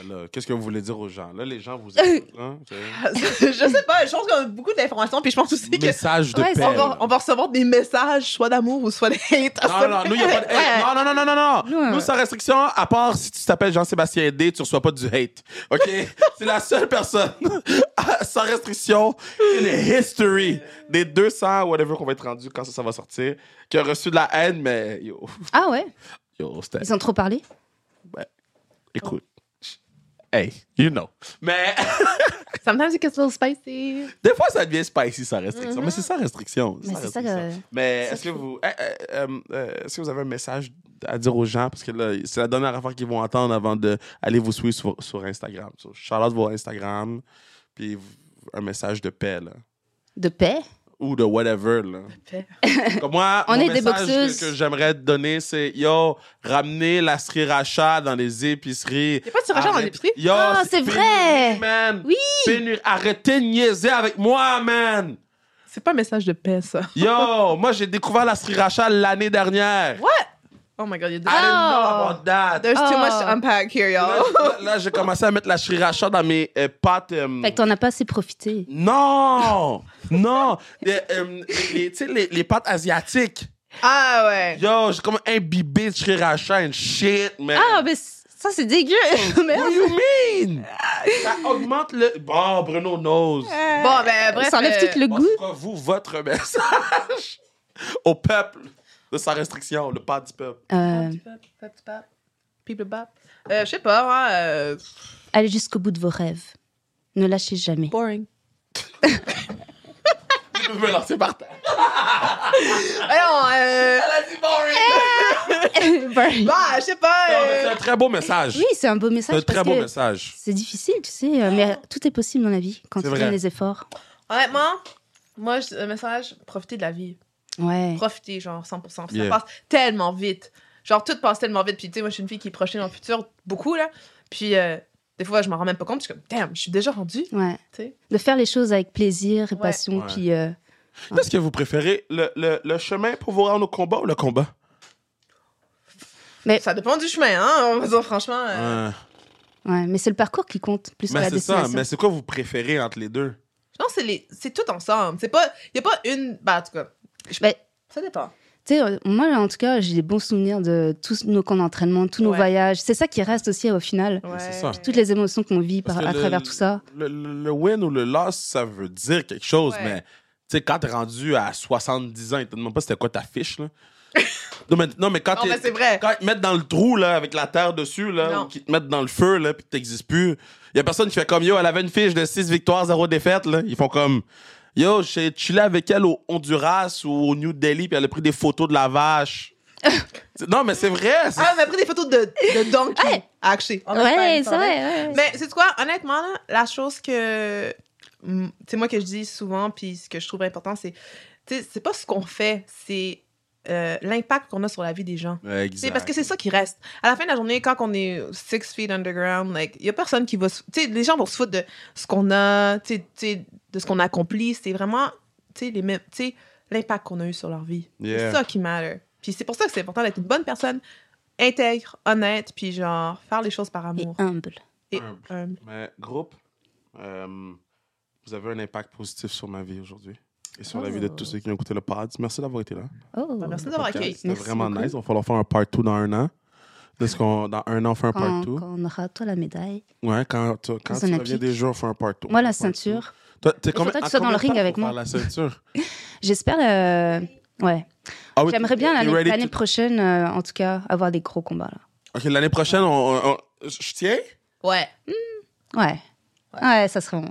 Voilà. Qu'est-ce que vous voulez dire aux gens? Là, les gens vous
Euh,
écoutent, hein? tu sais.
Ah, je sais pas, je pense qu'on a beaucoup d'informations, puis je pense aussi que
Message de
Ouais,
paix.
on
c'est
va, on va recevoir des messages, soit d'amour ou soit de hate.
Non, non, nous, y a pas de hate.
Ouais.
Non, non, non, non, non, non.
Nous, euh,
Nous, sans restriction, à part si tu t'appelles Jean-Sébastien D, tu reçois pas du hate. OK? C'est la seule personne sans restriction in history des 200, whatever, qu'on va être rendu quand ça, ça va sortir, qui a reçu de la haine, mais yo,
Ah ouais
yo, c'était.
Ils ont trop parlé
Écoute. Hey, you know. Mais
Sometimes it gets a little spicy.
des fois, ça devient spicy sans restriction. Mais c'est sans restriction.
Mm-hmm. Mais
sans
c'est ça
restriction.
que.
Mais
ça
est-ce que
qu'il
vous. eh, eh, euh, euh, est-ce que vous avez un message à dire aux gens? Parce que là, c'est la dernière affaire qu'ils vont entendre avant d'aller vous suivre sur, sur Instagram. So, Charlotte vos Instagram, puis vous- un message de paix, là.
De paix
Ou de whatever, là.
paix.
Comme moi,
On
mon
est des
message que-
boxeuses.
que, j'aimerais te donner, c'est yo, ramener la sriracha dans les épiceries.
Y a pas de sriracha dans
Arrête-
les épiceries?
Yo,
Ah, c'est vrai!
pénurie, man.
Oui!
Pénurie. Arrêtez de niaiser avec moi, man!
C'est pas un message de paix, ça.
Yo, moi, j'ai découvert la sriracha l'année dernière.
What? Oh my god, il y a Ah,
I didn't know
Oh.
about that.
There's too
Oh.
ah.
much to unpack here,
Là,
y'all.
là, là, j'ai commencé à mettre la sriracha dans mes euh, pâtes. euh,
Fait que t'en as pas assez profité.
non! non! Les, euh, les- tu sais, les, les pâtes asiatiques.
Ah ouais.
Yo, j'ai comme imbibé de sriracha and shit, man.
Ah, mais c- ça, c'est dégueu
What
Merde.
do you mean? Ça augmente le... Bon, Bruno knows.
Bon, ben bref.
Ça enlève
euh,
tout le
Bon,
goût.
c'est quoi, vous, votre message au peuple de sa restriction, le pas du peuple?
Euh,
Bap, bap, bap, People bap. Euh, je sais pas, moi. euh,
allez jusqu'au bout de vos rêves. Ne lâchez jamais.
boring.
Je me lancer par terre.
Alors, Eh euh,
Bye.
bah, je sais pas.
Non, mais
euh,
C'est un très beau message.
Oui, c'est un beau
C'est
message.
un Euh, très
parce
beau
que
message.
C'est difficile, tu sais, euh, mais tout est possible dans la vie quand
C'est
tu
vrai.
donnes les efforts.
Honnêtement, moi, je- le message, profitez de la vie.
Ouais.
Profitez, genre, 100%. Puis
Yeah.
Ça passe tellement vite. Genre, tout passe tellement vite. Puis, tu sais, moi, je suis une fille qui est projetée dans le futur, beaucoup, là. Puis, euh, des fois, je m'en rends même pas compte. Je suis comme, damn, je suis déjà rendue.
Ouais.
Tu sais.
De faire les choses avec plaisir et
Ouais.
passion,
Ouais.
puis euh,
Qu'est-ce que vous préférez, le, le- le chemin pour vous rendre au combat ou le combat?
Ça dépend du chemin, hein. On va dire, franchement. euh,
Ouais.
ouais. Mais c'est le parcours qui compte plus que
mais
la
Bah, Ben, c'est ça,
destination.
mais c'est quoi vous préférez entre les deux?
Je pense que c'est les- c'est tout ensemble. C'est pas. Il n'y a pas une. Bah, en tout cas. je-
Ben-
ça dépend.
Tu sais, euh, moi, en tout cas, j'ai des bons souvenirs de tous nos camps d'entraînement, tous nos
Ouais.
voyages. C'est ça qui reste aussi au final.
Ouais.
c'est ça.
Toutes les émotions qu'on vit par-
Parce que
à
le-
travers tout ça.
Le, le- le win ou le loss, ça veut dire quelque chose,
Ouais.
mais tu sais, quand t'es rendu à 70 ans, ils te demandent pas c'était quoi ta fiche, là. non, mais, non, mais quand
Non,
t'es-
mais c'est vrai.
Quand ils te mettent dans le trou, là, avec la terre dessus, là,
Non.
ou qu'ils te mettent dans le feu, là, puis que t'existes plus, y a personne qui fait comme, yo, elle avait une fiche de 6 victoires, 0 défaites, là. Ils font comme, yo, j'ai chillé avec elle au Honduras ou au New Delhi, puis elle a pris des photos de la vache. C'est- non, mais c'est vrai. c'est-
Ah, on m'a pris des photos de, de Donkey. Ah, actually, en
Ouais,
Espagne,
c'est
pardon.
vrai. ouais.
Mais c'est quoi, honnêtement, là, la chose que. Mm, Tu sais, moi, que je dis souvent, puis ce que je trouve important, c'est. Tu sais, c'est pas ce qu'on fait, c'est euh, l'impact qu'on a sur la vie des gens.
Ouais,
C'est
exact.
parce que c'est ça qui reste. À la fin de la journée, quand on est six feet underground, like, y a personne qui va. se- Tu sais, les gens vont se foutre de ce qu'on a, tu sais- tu sais, de ce qu'on accomplit. C'est vraiment, tu sais, les mêmes, tu sais, l'impact qu'on a eu sur leur vie.
Yeah.
C'est ça qui matter. Puis c'est pour ça que c'est important d'être une bonne personne, intègre, honnête, puis genre faire les choses par
Et
amour.
humble.
Et
Humble.
humble.
Mais groupe, euh, vous avez un impact positif sur ma vie aujourd'hui et sur la
Ah.
vie de tous ceux qui ont écouté le pod. Merci d'avoir été là.
Oh.
Ben, merci de nous avoir accueillis.
C'était
Merci
vraiment
beaucoup.
nice. On va falloir faire un part 2 dans un an. Parce qu'on, dans un an, on fait un part
Quand,
2.
quand on aura, toi, la médaille,
Ouais, quand, tu- quand tu
Jeux
reviens des jeux, on fait un part 2.
moi, la ceinture.
Toi, t'es
Il
combien-
faudrait que tu
en
sois dans le
combien de
ring
temps
avec
pour
moi.
faire la ceinture?
J'espère. euh, Ouais.
Ah oui,
J'aimerais bien
t'es
l'année
ready
l'année
to-
prochaine, euh, en tout cas, avoir des gros combats. Là.
Ok, l'année prochaine, on, on- on- je tiens?
Ouais.
Ouais. Ouais, ça serait bon.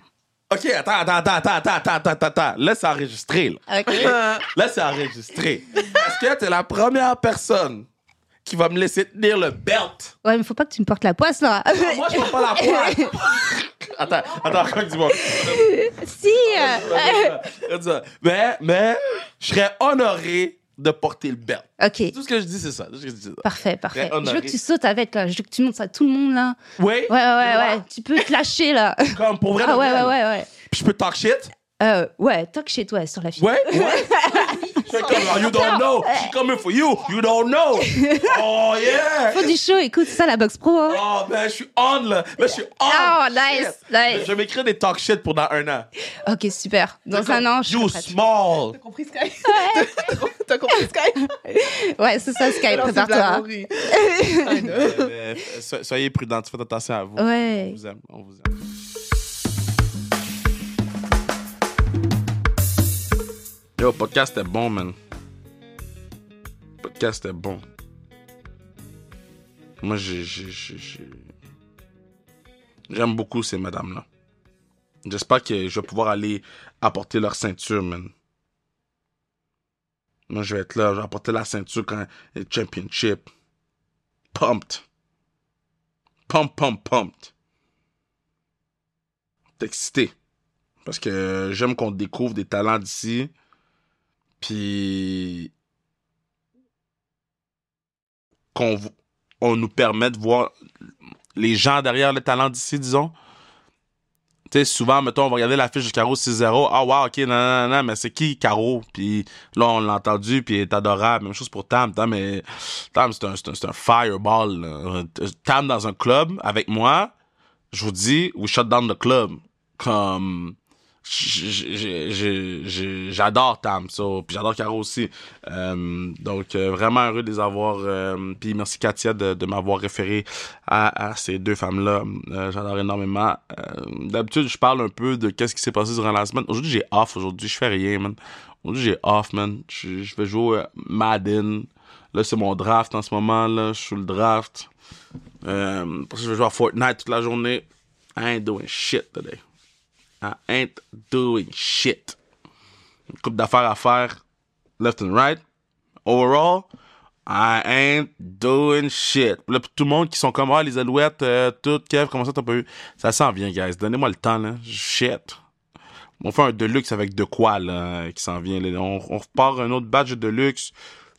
Ok, attends, attends, attends, attends, attends, attends, attends, attends, attends. Là, c'est enregistré, là.
Euh,
Là, c'est enregistré. Parce que t'es la première personne qui va me laisser tenir le belt.
Ouais, mais faut pas que tu me portes la poisse, là.
Ah, Moi, je veux pas la poire. attends, attends, encore, dis-moi.
si euh,
Mais, mais, je serais honoré de porter le belt.
Ok,
Tout ce que je dis, c'est ça. Tout ce que je dis, c'est ça.
parfait, parfait.
Très
Je veux que
honoré.
tu sautes avec, là. Je veux que tu montres ça à tout le monde, là.
Oui?
Ouais, ouais, ouais, ouais. Tu peux te lâcher, là.
Comme pour vrai.
Ah
de
ouais,
vrai,
ouais,
là.
ouais, ouais.
Puis je peux talk shit.
Euh, ouais, talk chez toi sur la fille.
Ouais, ouais. Je fais comme, oh, you don't know. She coming for you. You don't know. Oh, yeah.
Faut du show, écoute, c'est ça la box pro. Hein.
Oh, man, je suis on, là. Là, je suis on.
Oh, nice, nice.
Je m'écris des talk shit pour dans un an.
Ok, super. Dans un an, je suis
You
prête.
small.
T'as compris Sky T'as compris Sky
Ouais, c'est ça, Sky,
Alors, c'est
prépare-toi. hein.
Blackberry.
Mais, euh, so- soyez prudents, faites attention à vous. On
Ouais.
vous aime, on vous aime. Yo, le podcast est bon, man. Le podcast est bon. Moi, j'ai- j'ai- j'ai- j'ai- j'aime beaucoup ces madames-là. J'espère que je vais pouvoir aller apporter leur ceinture, man. Moi, je vais être là, je vais apporter la ceinture quand le championship. Pumped. Pump, pump, pumped. T'es excité. Parce que j'aime qu'on découvre des talents d'ici. Puis. Qu'on vo- on nous permet de voir les gens derrière le talent d'ici, disons. Tu sais, souvent, mettons, on va regarder l'affiche de Caro 6-0. Ah, wow, ok, non, non, non, non, mais c'est qui Caro? Puis là, on l'a entendu, puis elle est adorable. Même chose pour Tam. Tam, est- Tam, c'est un, c'est un- c'est un fireball. là. Tam dans un club avec moi, je vous dis, we shut down the club. Comme. j- j- j- j- j- J'adore Tam, so, puis j'adore Caro aussi. Euh, donc, euh, vraiment heureux de les avoir. euh, puis merci Katia de, de m'avoir référé à, à ces deux femmes-là. Euh, j'adore énormément. Euh, D'habitude, je parle un peu de qu'est-ce qui s'est passé durant la semaine. Aujourd'hui, j'ai off. Aujourd'hui, je fais rien, man. Aujourd'hui, j'ai off, man. Je, je vais jouer euh, Madden. Là, c'est mon draft en ce moment. Là, je suis sur le draft. Euh, après ça, je vais jouer à Fortnite toute la journée. I ain't doing shit today. I ain't doing shit. Une coupe d'affaires à faire left and right. Overall, I ain't doing shit. Là, pour tout le monde qui sont comme, ah, les alouettes, euh, tout, Kev, comment ça t'as pas eu? Ça s'en vient, guys. Donnez-moi le temps, là. Shit. On fait un deluxe avec de quoi, là, qui s'en vient. là. On, on repart un autre badge de deluxe.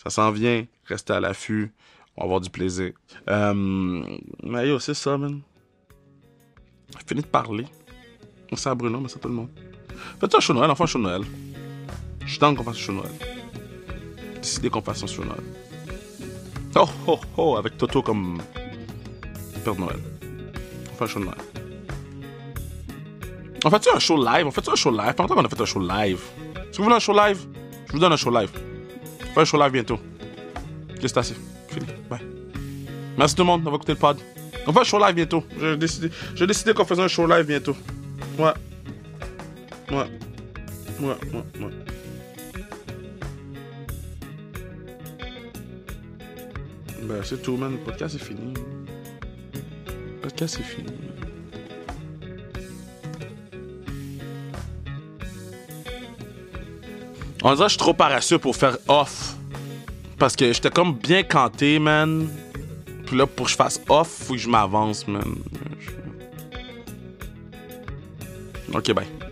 Ça s'en vient. Restez à l'affût. On va avoir du plaisir. Euh, mais yo, c'est ça, man. Fini de parler. Merci à Bruno, merci à tout le monde. Faites un show de Noël, enfin un show de Noël. Je suis dans qu'on fasse un show de Noël. Décidez qu'on fasse un show de Noël. Oh, oh, oh, avec Toto comme Père Noël. On fait un show de Noël. On fait-tu un show live? On fait-tu un show live? Pendant qu'on a fait un show live. Si vous voulez un show live, je vous donne un show live. On fait un show live bientôt. Juste assez. Fini. Bye. Merci tout le monde d'avoir écouté le pod. On fait un show live bientôt. J'ai décidé, j'ai décidé qu'on faisait un show live bientôt. Ouais. Ouais. Ouais, ouais, ouais. Ben, c'est tout, man. Le podcast est fini. Le podcast est fini. On dirait que je suis trop paresseux pour faire off. Parce que j'étais comme bien canté, man. Puis là, pour que je fasse off, faut que je m'avance, man. Je- Ok, bye.